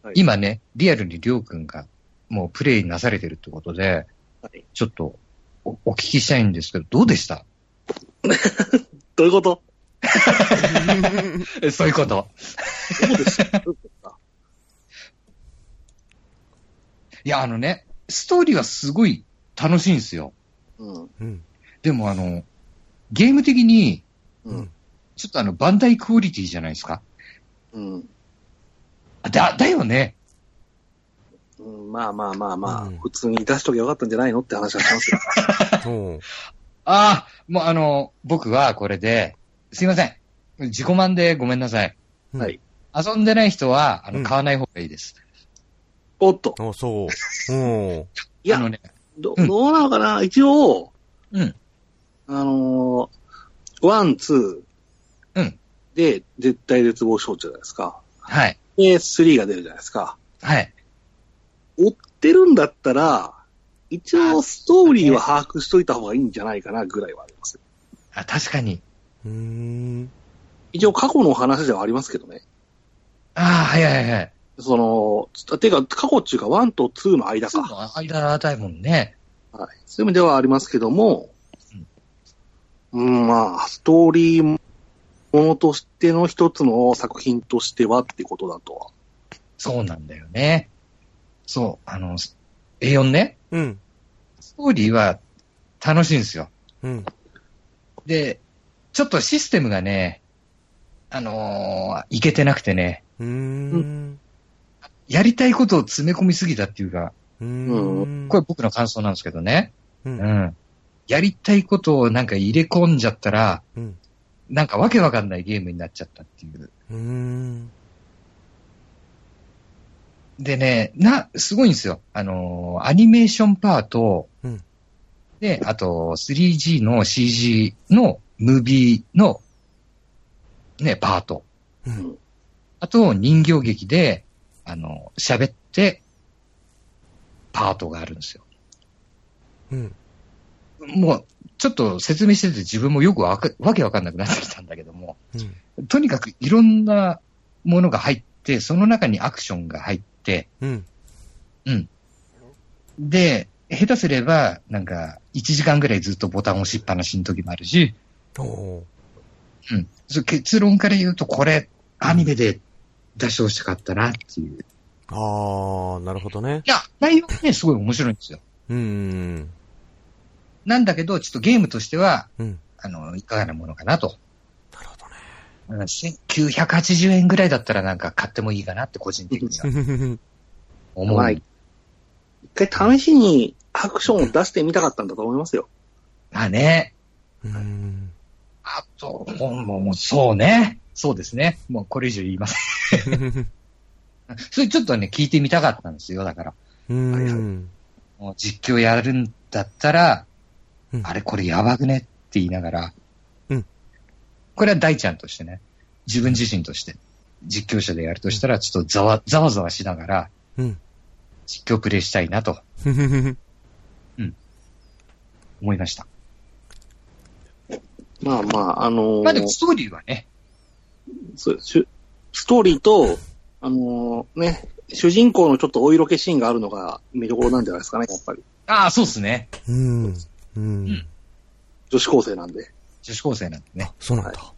はい今ね、リアルにりょうくんがもうプレイなされてるってことで、はいちょっとおお聞きしたいんですけど、どうでしたどういうことえそういうこと。どうで *laughs* したどうですかいや、あのね、ストーリーはすごい楽しいんですよ。うん。うん。でもあの、ゲーム的に、うん。ちょっとあの、バンダイクオリティじゃないですか。うん。あだ、だよね。うんまあまあまあまあ、うん普通に出しときゃよかったんじゃないのって話はしますよ。うん。ああ、もうあの、僕はこれで、すいません。自己満でごめんなさい。はい。遊んでない人は、あうの、ん買わない方がいいです。おっと。あ、そう。うん。いやあ、のね、どうんどうなのかな、一応、うん。あのーワン、ツー、うんで、絶対絶望症じゃないですか。はい、で、スリーが出るじゃないですか。はい。追ってるんだったら、一応ストーリーは把握しといた方がいいんじゃないかなぐらいはありますよ。あ、確かに。うーん。一応過去の話ではありますけどね。ああ、はいはいはい。その、つてか過去っていうか1と2の間そうか。の間だいもんね。はい。そういう意味ではありますけども、うん、まあ、ストーリーものとしての一つの作品としてはってことだとは。そうなんだよね。そう、あの、A4 ね、うん。ストーリーは楽しいんですよ。うん。で、ちょっとシステムがね、あのーいけてなくてね、うーん。やりたいことを詰め込みすぎたっていうか、うーん。これ僕の感想なんですけどね。う。うんん。やりたいことをなんか入れ込んじゃったら、うん。なんかわけわかんないゲームになっちゃったっていう。うーん。でね、な、すごいんですよ。あのーアニメーションパート、うんで、あと 3G の CG のムービーの、ね、パート。うんあと、人形劇で、あの、喋って、パートがあるんですよ。うん。もう、ちょっと説明してて自分もよくわか、わけわかんなくなってきたんだけども、うん。とにかくいろんなものが入って、その中にアクションが入って、うん。で、下手すれば、なんか、1時間ぐらいずっとボタン押しっぱなしの時もあるし、おーうん。そう結論から言うと、これ、アニメで出してほしかったなっていう。いあー、なるほどね。や、内容はね、すごい面白いんですよ。うん。なんだけど、ちょっとゲームとしては、うん。あの、いかがなものかなと。なるほどね。うん980円ぐらいだったらなんか買ってもいいかなって個人的には思う。はい一回試しにアクションを出してみたかったんだと思いますよ。まあね。うんあと、もう、もうもう、そうね。そうですね。もうこれ以上言いません。 *laughs* それちょっとね、聞いてみたかったんですよ、だから。うんはいはもう実況やるんだったら、うんあれこれやばくねって言いながら、うんこれは大ちゃんとしてね、自分自身として、実況者でやるとしたら、ちょっとざわ、ざわざわしながら、うん実況プレイしたいなと思いました。まあまあ、あのーまあでもストーリーはね、そうしゅストーリーと、あのーね、主人公のちょっとお色気シーンがあるのが見どころなんじゃないですかね、やっぱり。ああ、そうですね。うん。うん。女子高生なんで、女子高生なんでね。そうなんだ。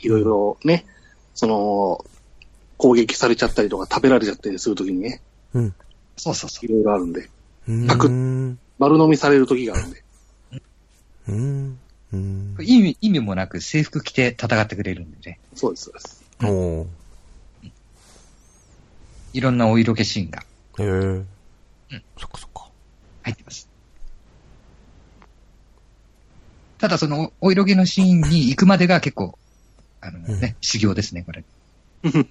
いろいろね、その、攻撃されちゃったりとか食べられちゃったりするときにね、うん。そうそうそいろいろあるんで、うん。パクッうん。丸飲みされるときがあるんで、うん。うんう。。意味、意味もなく制服着て戦ってくれるんでね。そうです、そうです。おーいろんなお色気シーンがへえ。そっかそっか。入ってます。ただその、お色気のシーンに行くまでが結構、あのね、修行ですね、これ。うん。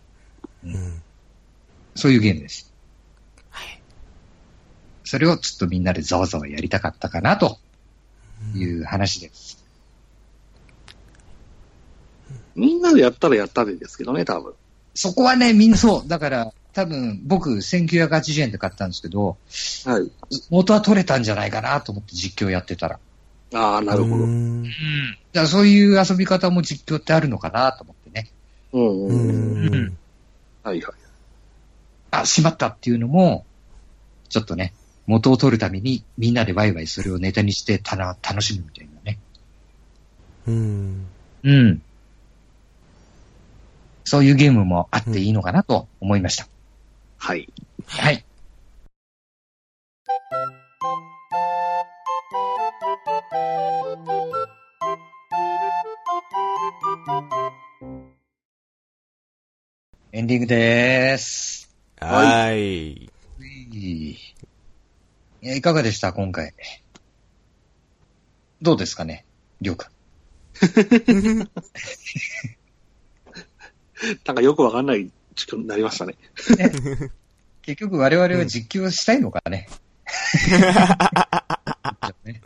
そういうゲームです。それをちょっとみんなでざわざわやりたかったかな、という話です。みんなでやったらやったでですけどね、多分。そこはね、みんなそう。だから、多分、僕、1980円で買ったんですけど、はい。元は取れたんじゃないかなと思って実況やってたら。ああ、なるほど。ううんうん。ん。だからそういう遊び方も実況ってあるのかなと思ってね。うん、ううん。ん。はいはい。あ、しまったっていうのも、ちょっとね、元を取るためにみんなでワイワイそれをネタにしてたな、楽しむみたいなね。うん。うん。そういうゲームもあっていいのかなと思いました。はい。はい。ンディングでーす。は。はいいや、いかがでした今回。どうですかねりょうくん。なんかよくわかんない時間になりましたね。結局我々は実況したいのかね。ね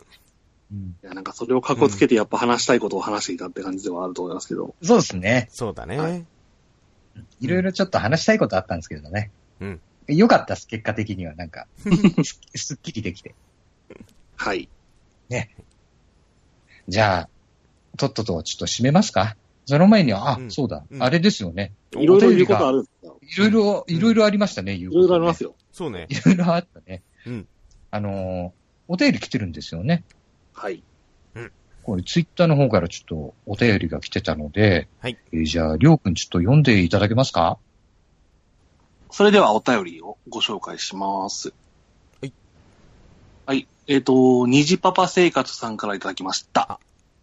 うんいやなんかそれをかっこつけてやっぱ話したいことを話していたって感じではあると思いますけど。そうですね。そうだはね。いろいろちょっと話したいことあったんですけどね。うん。よかったです、結果的には。なんか、すっすっきりできて。はい。じゃあ、とっととちょっと締めますかその前に、あ、うんそうだ、うんあれですよね。いろいろ言うことがあるんですけど。いろいろ、うんいろいろありましたね、いいろいろありますよ。よ。そうね。いろいろあったね。うん。あのー、お便り来てるんですよね。はい。これ、ツイッターの方からちょっとお便りが来てたので、はい。えーじゃあ、りょうくんちょっと読んでいただけますかそれではお便りをご紹介します。はい。はい。えっ、と、虹パパ生活さんからいただきました。あ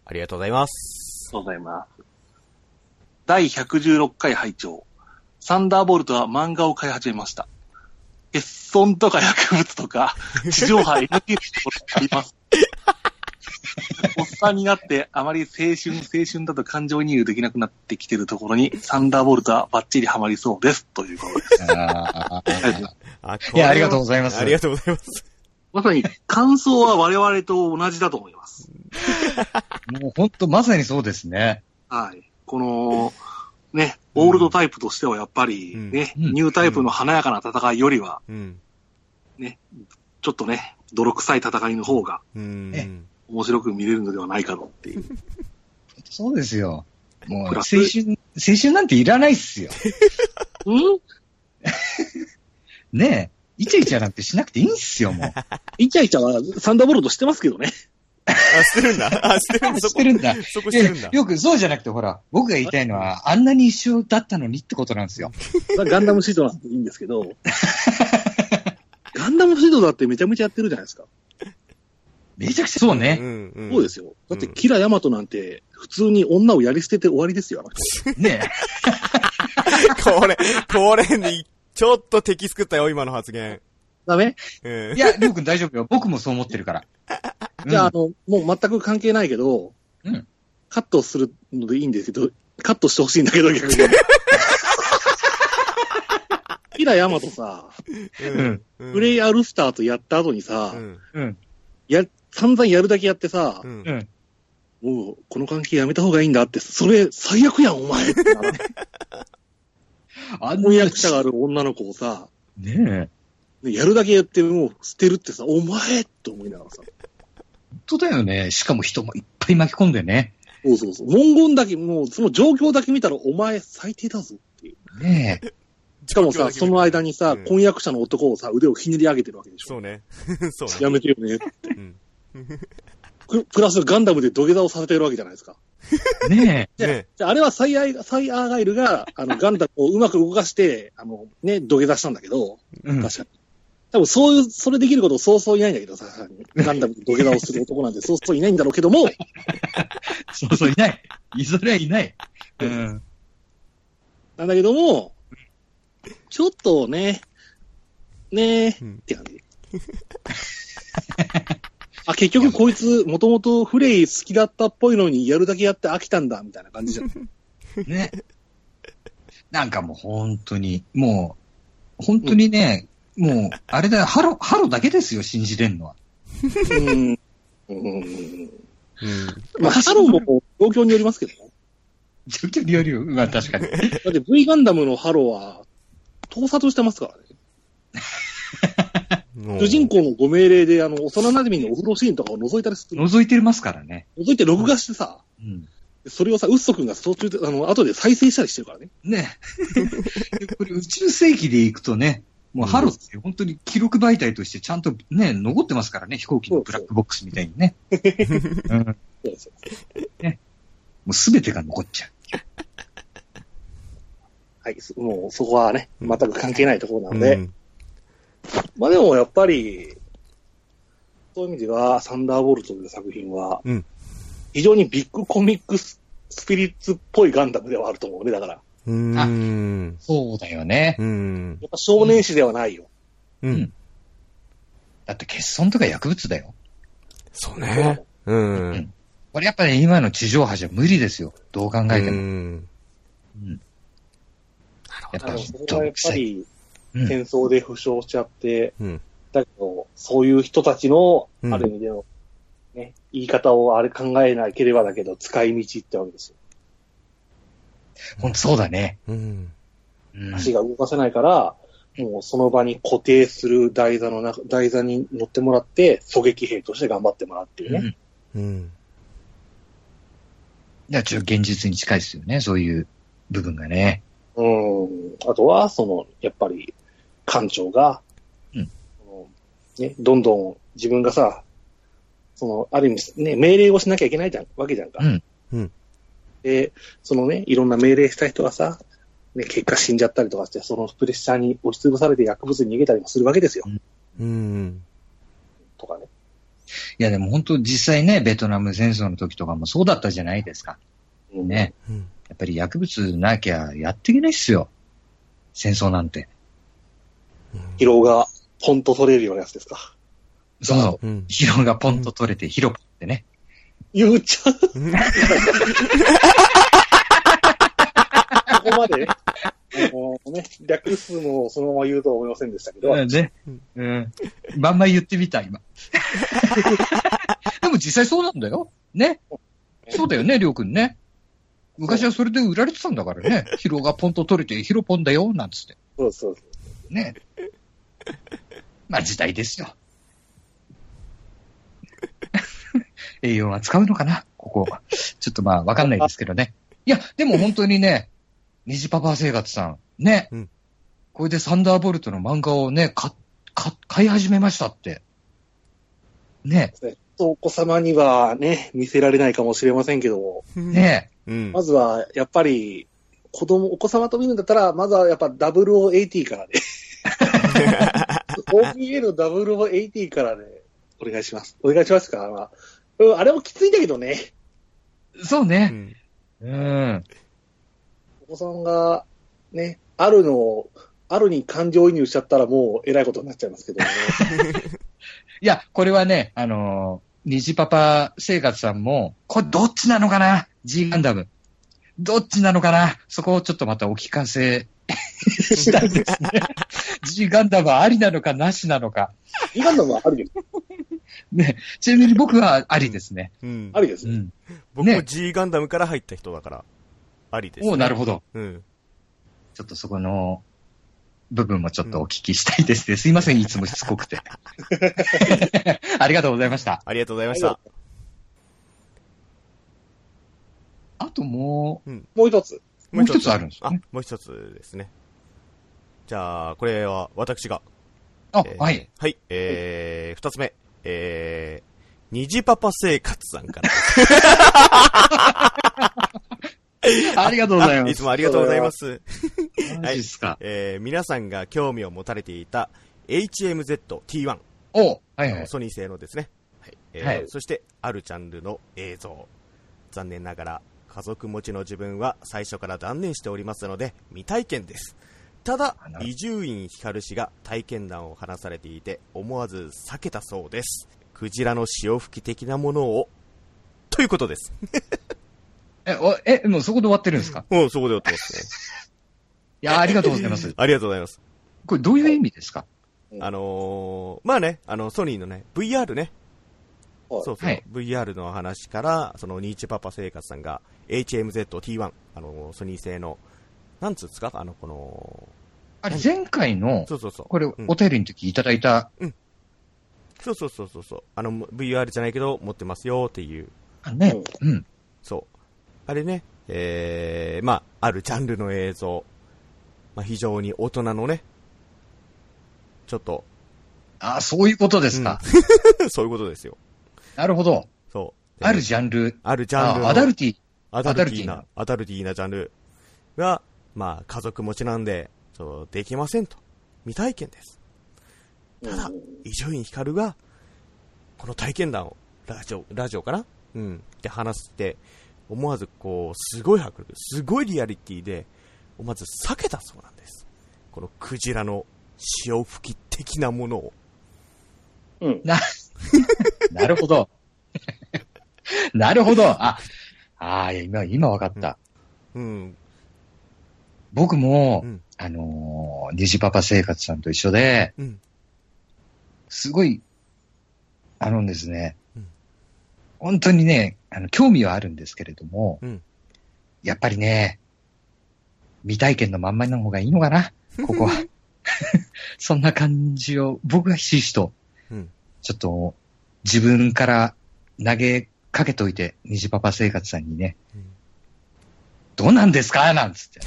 ありがとうございますりが。とうございます。第116回拝聴サンダーボルトは漫画を買い始めました。欠損とか薬物とか、 *laughs* 地上波 NTS とかあります。おっさんになって、あまり青春、青春だと感情移入できなくなってきてるところに、サンダーボルトはバッチリハマりそうです。ということです。あーあいや、ありがとうございます。ありがとうございます。まさに感想は我々と同じだと思います。もう本当、まさにそうですね。はい。この、ね、オールドタイプとしてはやっぱりね、うんニュータイプの華やかな戦いよりは、うん。ちょっとね、泥臭い戦いの方がうん。面白く見れるのではないかとっていう。そうですよ。もう、青プラス春、青春なんていらないっすよ。うんねえ。イチャイチャなんてしなくていいんすよ、もう。イチャイチャはサンダーボルトしてますけ *laughs* どね。あ、してるんだ。あ、してるんだ。知そっこて、るんだ。そこしてるんだいや。よく、そうじゃなくて、ほら、僕が言いたいのは、あんなに一緒だったのにってことなんですよ。ガンダムシードなんていいんですけど。ガンダムシードだってめちゃめちゃやってるじゃないですか。めちゃくちゃ、そううね。んうん。。そうですすよ。だってキラヤマトなんて普通に女をやり捨てて終わりですよ、あの人ねこれ、これに、ちょっと敵作ったよ、今の発言。ダメうえ。んい。や、りょうくん大丈夫よ。僕もそう思ってるから。 *laughs* じゃあ、うあんの、もう全く関係ないけど、うんカットするのでいいんですけど、カットしてほしいんだけ *laughs* ど、逆に。キラヤマトさ、うん。うんプレイヤールスターとやった後にさ、うん。うん。や、散々やるだけやってさう、んう。ん。もう、この関係やめた方がいいんだって、それ、最悪やん、お前ってなる。あんな婚約者がある女の子をさ、ねえ。ねやるだけやって、もう捨てるってさ、お前って思いながらさ。本当だよね。しかも人もいっぱい巻き込んでね。そうそうそう。文言だけ、もう、その状況だけ見たら、お前最低だぞっていう。ねえ。しかもさ、その間にさ、うん婚約者の男をさ、腕をひねり上げてるわけでしょ。そうね。 *laughs* そうね。やめてよね。 *laughs* うんくプラスガンダムで土下座をさせてるわけじゃないですか。ねじゃあねじゃあ、あれはサイアイサイアーガイルが、あの、ガンダムをうまく動かして、あの、ね、土下座したんだけど、え。うん。確かに。多分そういう、それできることそうそういないんだけどさ、ガンダムで土下座をする男なんてそうそういないんだろうけども、そうそう、いない。いずれいない。うん。なんだけども、ちょっとね、ねうんって感じ。 *laughs* あ、結局こいつ、もともとフレイ好きだったっぽいのに、やるだけやって飽きたんだ、みたいな感じじゃん。ね。なんかもう本当に、もう、本当にね、もう、あれだよ、ハロ、ハロだけですよ、信じれんのは。うん。ううん。んまあ、ハローも状況によりますけどね。状況によるよ。まあ確かに。だって V ガンダムのハローは、盗撮してますからね。うん。主人公のご命令で、あの、幼馴染のお風呂シーンとかを覗いたりする。覗いてますからね。覗いて録画してさ、うん。それをさ、ウッソ君が途中で、あの、後で再生したりしてるからね。ね *laughs* これ宇宙世紀で行くとね、もうハロって本当に記録媒体としてちゃんとね、残ってますからね、飛行機のブラックボックスみたいにね。うん。もそうそううすべてが残っちゃう。はい、そもうそこはね、全く関係ないところなので、うんまあでもやっぱり、そういう意味では、サンダーボルトという作品は、うん非常にビッグコミックススピリッツっぽいガンダムではあると思うね、だから。うーん。そうだよねう。ん。やっぱ少年誌ではないよ。うん。だって欠損とか薬物だよ。そうね。うん。これやっぱり今の地上波じゃ無理ですよ。どう考えてうも。んやっあぱのりそれどはんやっくぱさい。りうん戦争で負傷しちゃって、うん。だけど、そういう人たちの、うんある意味での、ね、言い方をあれ考えなければだけど、使い道ってわけですよ。ほんとそうだね。うん。うん足が動かせないから、もうその場に固定する台座の中、台座に乗ってもらって、狙撃兵として頑張ってもらうっていううね。ん。うん。いや、ちょっと現実に近いですよね。そういう部分がね。うん。あとは、その、やっぱり、艦長が、うんそのね、どんどん自分がさ、その、ある意味、ね、命令をしなきゃいけないじゃん、わけじゃんか。うんうんで、そのね、いろんな命令した人がさ、ね、結果死んじゃったりとかして、そのプレッシャーに押しつぶされて薬物に逃げたりもするわけですよ、うん。とかね。いや、でも本当実際ね、ベトナム戦争の時とかもそうだったじゃないですか。うんね。うん。やっぱり薬物なきゃやっていけないっすよ。戦争なんて。疲労がポンと取れるようなやつですか。そうそう。うん。疲労がポンと取れて、ヒロポってね。言っちゃう。 *laughs* ここまでね、あのね、略数もそのまま言うとは思いませんでしたけど、うん、ね。うん。まんま言ってみた、今。 *laughs* でも実際そうなんだよ。ね。そうだよね、りょうくんね。昔はそれで売られてたんだからね。疲労がポンと取れて、ヒロポンだよ、なんつって。そうそうそう。ね。まあ時代ですよ。 *laughs* 栄養は使うのかなここ。ちょっとまあわかんないですけどね。いや、でも本当にね、ニジパパ生活さん、ね。うんこれでサンダーボルトの漫画をね、か、か、買い始めましたって。ね、お子様にはね、見せられないかもしれませんけども、 *laughs* ねうん。まずはやっぱり、子供、お子様と見るんだったら、まずはやっぱ0080から *laughs* ね。OPA の0080からね、お願いします。お願いしますから、まあうん、あれもきついんだけどね。そううね。んうん。お子さんが、ね、あるのを、あるに感情移入しちゃったらもう、えらいことになっちゃいますけど *laughs* ね。いや、これはね、あのー、虹パパ生活さんも、これどっちなのかな ?G ガンダム。どっちなのかなそこをちょっとまたお聞かせ *laughs* したいですね。G ガンダムはありなのかなしなのか。今のもあるよ。ね、ちなみに僕はありですね。うんあるですうよ。ん。僕もね G ガンダムから入った人だから、ありです、おうなるほほど。ど。うん。ちょっとそこの部分もちょっとお聞きしたいですね。すいません、いつもしつこく *laughs* て。ありがとうございました。ありがとうございました。あとももう一つ。もう一つあるんですあね、もう一つですね。じゃあ、これは私が。う、あ、えーはい。。はい、えー、二つ目。えー、虹パパ生活さんから。ありがとうございま *laughs* いす。つもありがとうございます。マジっすか。えー、皆さんが興味を持たれていた HMZT1、おはいはい。ソニー製のですね。はい。えーはいそして、あるジャンルの映像。残念ながら、家族持ちの自分は最初から断念しておりますので、未体験です。ただあ、なる伊集院光氏が体験談を話されていて、思わず避けたそうです。クジラの潮吹き的なものを、というこ *laughs* とです。え、お、え、もうそこで終わってるんですかうん、そこでおってますいや、ありがとうございます *laughs* ね。。ありがとうございます。これどういう意味ですかあのーまあね、あの、ソニーのね、VR ね。はいそうそう、はい VR の話から、その、ニーチェパパ生活さんが、HMZT1、あのーソニー製の、なんつうんですかあの、この、あれ、前回の、そうそうそう。これうん、お便りの時いただいた、そうそうそうそうそう。あの、VR じゃないけど、持ってますよっていう、あね、うん。そう。あれね、えー、まあ、あるジャンルの映像。まあ、非常に大人のね、ちょっと、 *laughs* あそういうことですか。そういうことですよ。なるほど。そう。あるジャンル。あるジャンルあの。アダルティ。アダダルルテティィーーなな、アダルティーなジャンルが、まあ、家族持ちなんで、そう、できませんと。未体験です。ただうん、伊集院光が、この体験談を、ラジオ、ラジオかなうん。って話して、思わずこう、すごい迫力、すごいリアリティで、をまず避けたそうなんです。このクジラの潮吹き的なものを。うん。な、なるほど。 *laughs* なるほど。あ、ああ、いや今、今分かった。うん。僕も、うんあのー、虹パパ生活さんと一緒で、うん。すごい、あのですね、うん本当にね、あの、興味はあるんですけれども、うんやっぱりね、未体験のまんまの方がいいのかな、こ *laughs* こは。そんな感じを、僕がひしひしと、うん。ちょっと、自分から投げかけといて、虹パパ生活さんにね、うんどうなんですかなんつって。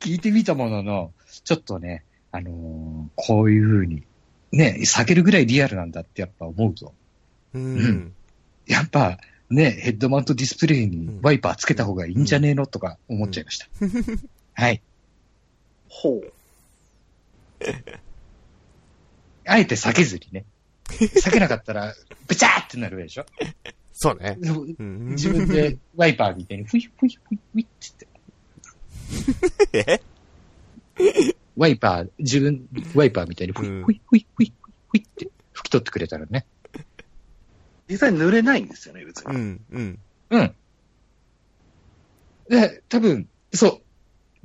聞いてみたものの、ちょっとね、あのーこういうふうに、ね、避けるぐらいリアルなんだってやっぱ思うと。うん。やっぱ、ね、ヘッドマウントディスプレイにワイパーつけた方がいいんじゃねえのとか思っちゃいました。はい。ほう。あえて避けずにね。避けなかったら、ブチャーってなるわけでしょそうね。うん自分。でワイパーみたいに、ふいふいふいふいって言って。 *laughs* えワイパー、自分、ワイパーみたいに、ふうんいふいふいふいふいって拭き取ってくれたらね。実際濡れないんですよね、別うに。ん。うん。うん。で、多分、そ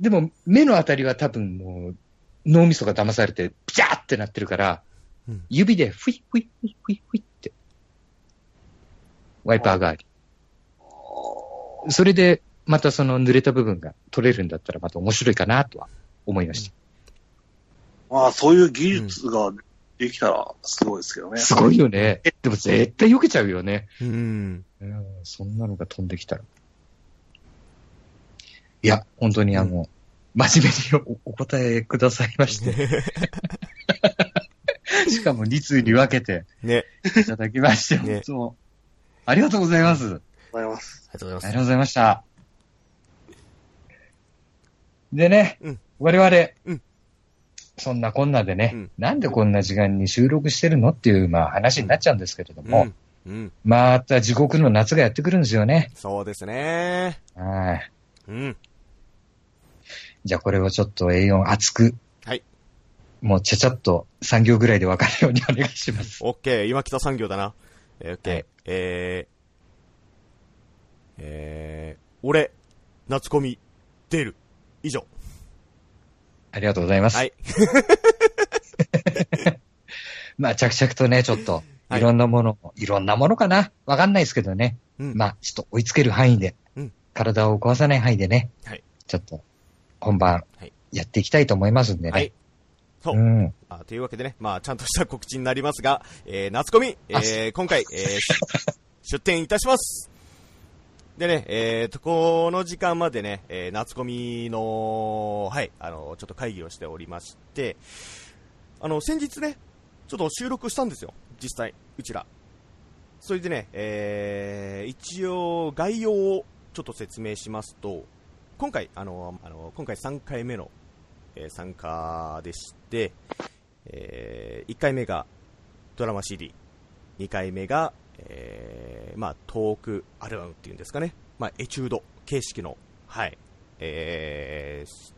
う。でも、目のあたりは多分もう、脳みそが騙されて、ピチャーってなってるから、うん指で、ふいふいふいふいふいって、ワイパー代わり。それで、またその濡れた部分が取れるんだったら、また面白いかなとは思いました。まあ、そういう技術ができたらすごいですけどね。すごいよね。でも絶対避けちゃうよね。うん。うんそんなのが飛んできたら。いや、本当にあの、真面目におお答えくださいまして。 *laughs* しかも2通に分けてね。いただきまして、本ね当、ありがとうございます。ございます。ありがとうごあざりがとういまございました。でね、うん我々、うんそんなこんなでね、うんなんでこんな時間に収録してるのっていう、まあ、話になっちゃうんですけれどす。も、うん。うん。また地獄の夏がやってくるんですよね。そうですね。はい。うん。じゃあこれをちょっと A4 厚く。はい。もうちゃちゃっと3行ぐらいで分かるようにお願いします。オッケー、今北産業だな。えーオッケー、はいえー、えー、俺、夏コミ、出る。以上。ありがとうございます。はい。まあ着々とね、ちょっと、はいいろんなもの、い、ろんなものかな。分かんないですけどね。うん。まあちょっと追いつける範囲で、うん体を壊さない範囲でね、はいちょっと本番はい、やっていきたいと思いますんでね。はい。そう。うん。あというわけでね、まあ、ちゃんとした告知になりますが、えー、夏コミ、えあー、今回、えー、し出展いたします。でね、えーと、この時間までね、えー、夏コミの、はい、あの、ちょっと会議をしておりまして、あの、先日ね、ちょっと収録したんですよ、実際、うちら。それでね、えー、一応、概要をちょっと説明しますと、今回、あの、あの今回3回目の、えー参加でして、え1回目がドラマ CD、2回目が、えーまあ、トークアルバムっていうんですかね、まあ、エチュード形式の、はい、えー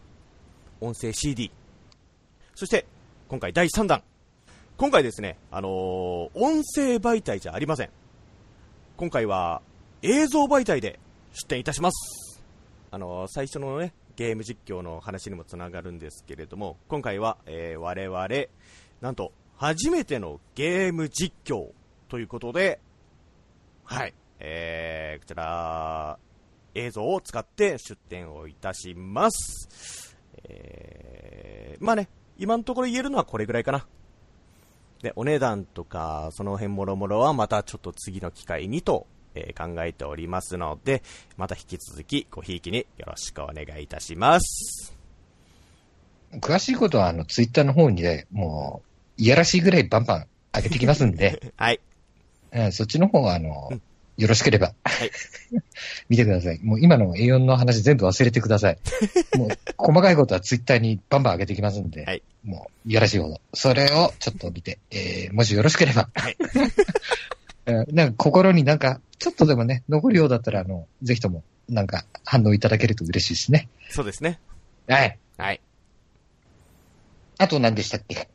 音声 CD。そして、今回第3弾。今回ですね、あのー音声媒体じゃありません。今回は映像媒体で出展いたします。あのー最初のね、ゲーム実況の話にもつながるんですけれども、今回は、えー我々、なんと、初めてのゲーム実況ということで、はい、えー、こちら、映像を使って出展をいたします。えー、まあね、今のところ言えるのはこれぐらいかな。で、お値段とか、その辺もろもろはまたちょっと次の機会にと、えー考えておりますので、また引き続きごひいきによろしくお願いいたします。詳しいことは、あの、ツイッターの方にね、もう、いやらしいぐらいバンバン上げてきますんで、はい。うんそっちの方は、あの、うんよろしければ、い *laughs* 見てください。もう今の A4 の話全部忘れてくだ *laughs* さい。もう細かいことはツイッターにバンバン上げてきますんで、はいもういやらしいほど。それをちょっと見て、えーもしよろしければ、はい *laughs* えーなんか心になんか、ちょっとでもね、残るようだったら、あの、ぜひとも、なんか、反応いただけると嬉しいですね。そうですね。はい。はい。あと何でしたっけ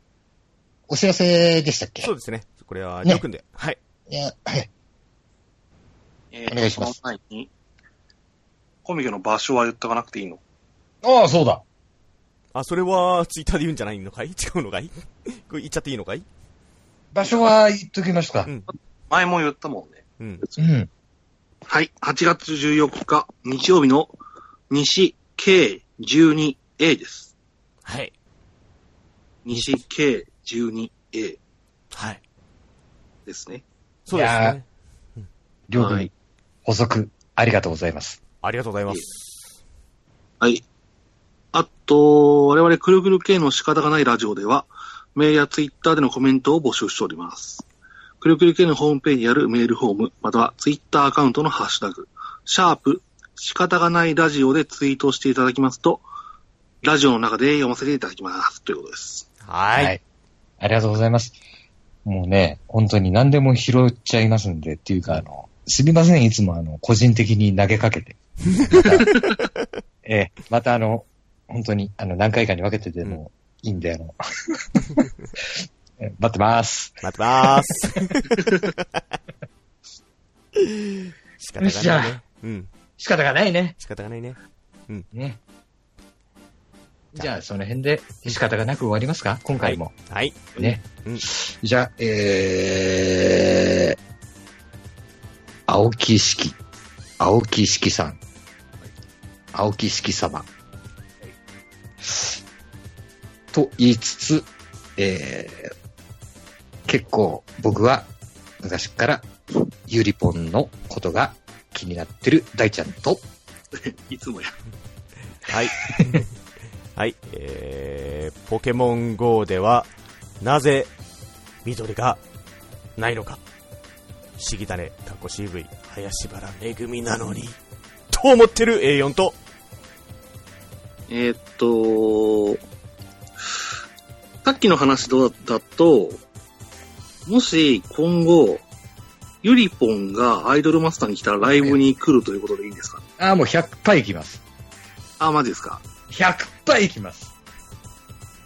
お知らせでしたっけそうですね。これは、ねりょうくんで。はい。いや、はい。えお願いしますその前に、コミケの場所は言っとかなくていいのああ、そうだ。あ、それは、ツイッターで言うんじゃないのかい違 *laughs* うのかいこれ言っちゃっていいのかい場所は言っときますかう。ん。前も言ったもんね。うん。うん。はい。8月14日、日曜日の西 K12A です。はい。西 K12A はい。ですね。そうですいやーね。りょうくんはい補足、ありがとうございます。ありがとうございます。はい。あと、我々くるくる系の仕方がないラジオでは、メールやツイッターでのコメントを募集しております。くるくる系のホームページにあるメールフォーム、またはツイッターアカウントのハッシュタグ、シャープ、仕方がないラジオでツイートしていただきますと、ラジオの中で読ませていただきます。ということです。はい。。ありがとうございます。もうね、本当に何でも拾っちゃいますんで、っていうか、あの、すみません、いつもあの、個人的に投げかけ *laughs* て。またええ、またあの、本当に、あの、何回かに分けてでもいいんで、あの、 *laughs* え待ってます。待ってまー *laughs* す。仕方よっしがないゃね。うん。仕方がないね。仕方がないね。ね。じゃあ、その辺で仕方がなく終わりますか今回も。はい。ね。うんじゃあ、えー、青木式、青木式さん、青木式様、と言いつつ、えー、結構僕は昔からゆりぽんのことが気になってる大ちゃんと、いつもや。 *laughs* はい。はい。えー、ポケモン GO では、なぜ、緑が、ないのか。不思議だね、かっこ CV、林原めぐみなのに、と思ってる A4 と、えーっと、さっきの話だだと、もし今後、ゆりぽんがアイドルマスターに来たらライブに来るということでいいんですかああ、もう100パーいきます。あ、マジですか。 100パーいきます。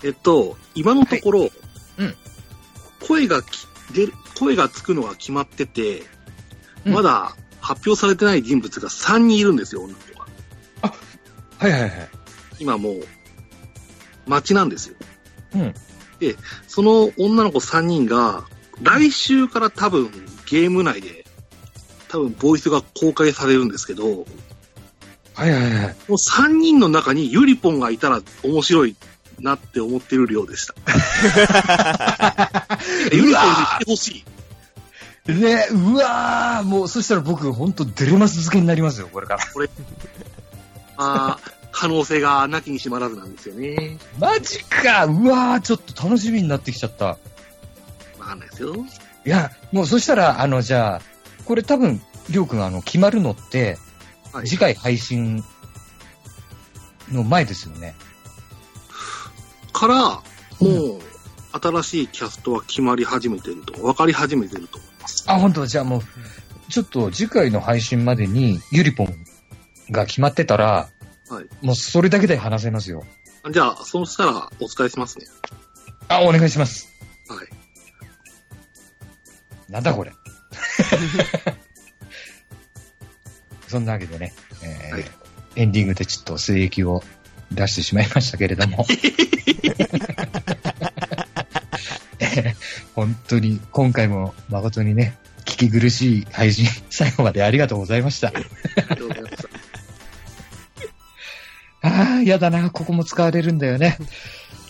えっと、今のところ、うん声がき出る、声がつくのが決まってて、うんまだ発表されてない人物が3人いるんですよ、女の子が。はいはいはい。今もう、街なんですよ。うん。その女の子3人が、来週から多分ゲーム内で、多分ボイスが公開されるんですけど、もはいはいはい。う3人の中にユリポンがいたら面白いなって思ってる量でした。ユリポンに来てほしい。ね、うわー、もう、そしたら僕、本当デレマス漬けになりますよ、これから。あー可能性がなきにしまらずなんですよね。マジかうわー、ちょっと楽しみになってきちゃった。わかんないですよ。いや、もう、そしたら、あの、じゃあ、これ多分、りょうくん、あの、決まるのって、はい次回配信の前ですよね。から、もう、新しいキャストは決まり始めてると、分かり始めてると思います。あ、本当じゃあもう、ちょっと次回の配信までに、ゆりぽんが決まってたら、はもう、それだけで話せますよ。じゃあ、そうしたらお伝えしますね。あ、お願いします。はい。なんだこれ。 *laughs* そんなわけでね、えーはいエンディングでちょっと水液を出してしまいましたけれども。 *laughs* 本当に今回も誠にね、聞き苦しい配信、最後までありがとうございました。ありがとうございました。ああ、やだな、ここも使われるんだよね。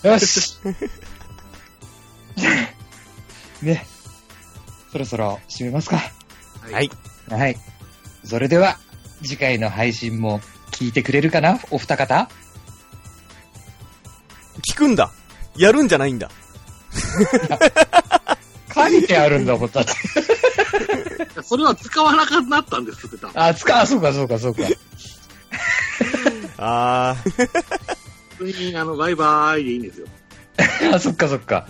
よ *laughs* し。ね、そろそろ締めますか。はい。はい。それでは、次回の配信も聞いてくれるかなお二方聞くんだ。やるんじゃないんだ。借りてあるんだもん、だ *laughs* って。いやそれは使わなくなったんですって、多分あ、つか、あそうか、そうか、そうか。あー、普通に、あの、バイバーイでいいんですよ。あ、そっか、そっか。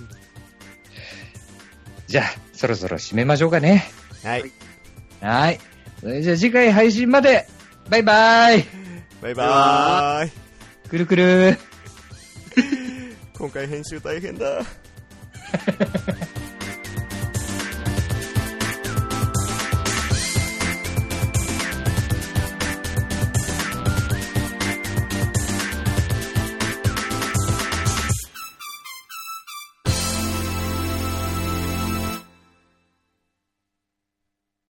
じゃあ、そろそろ締めましょうかね。 *laughs* はい。はい。それじゃあ次回配信まで、バイバイバイバーイ。くるくる今回編集大変だ。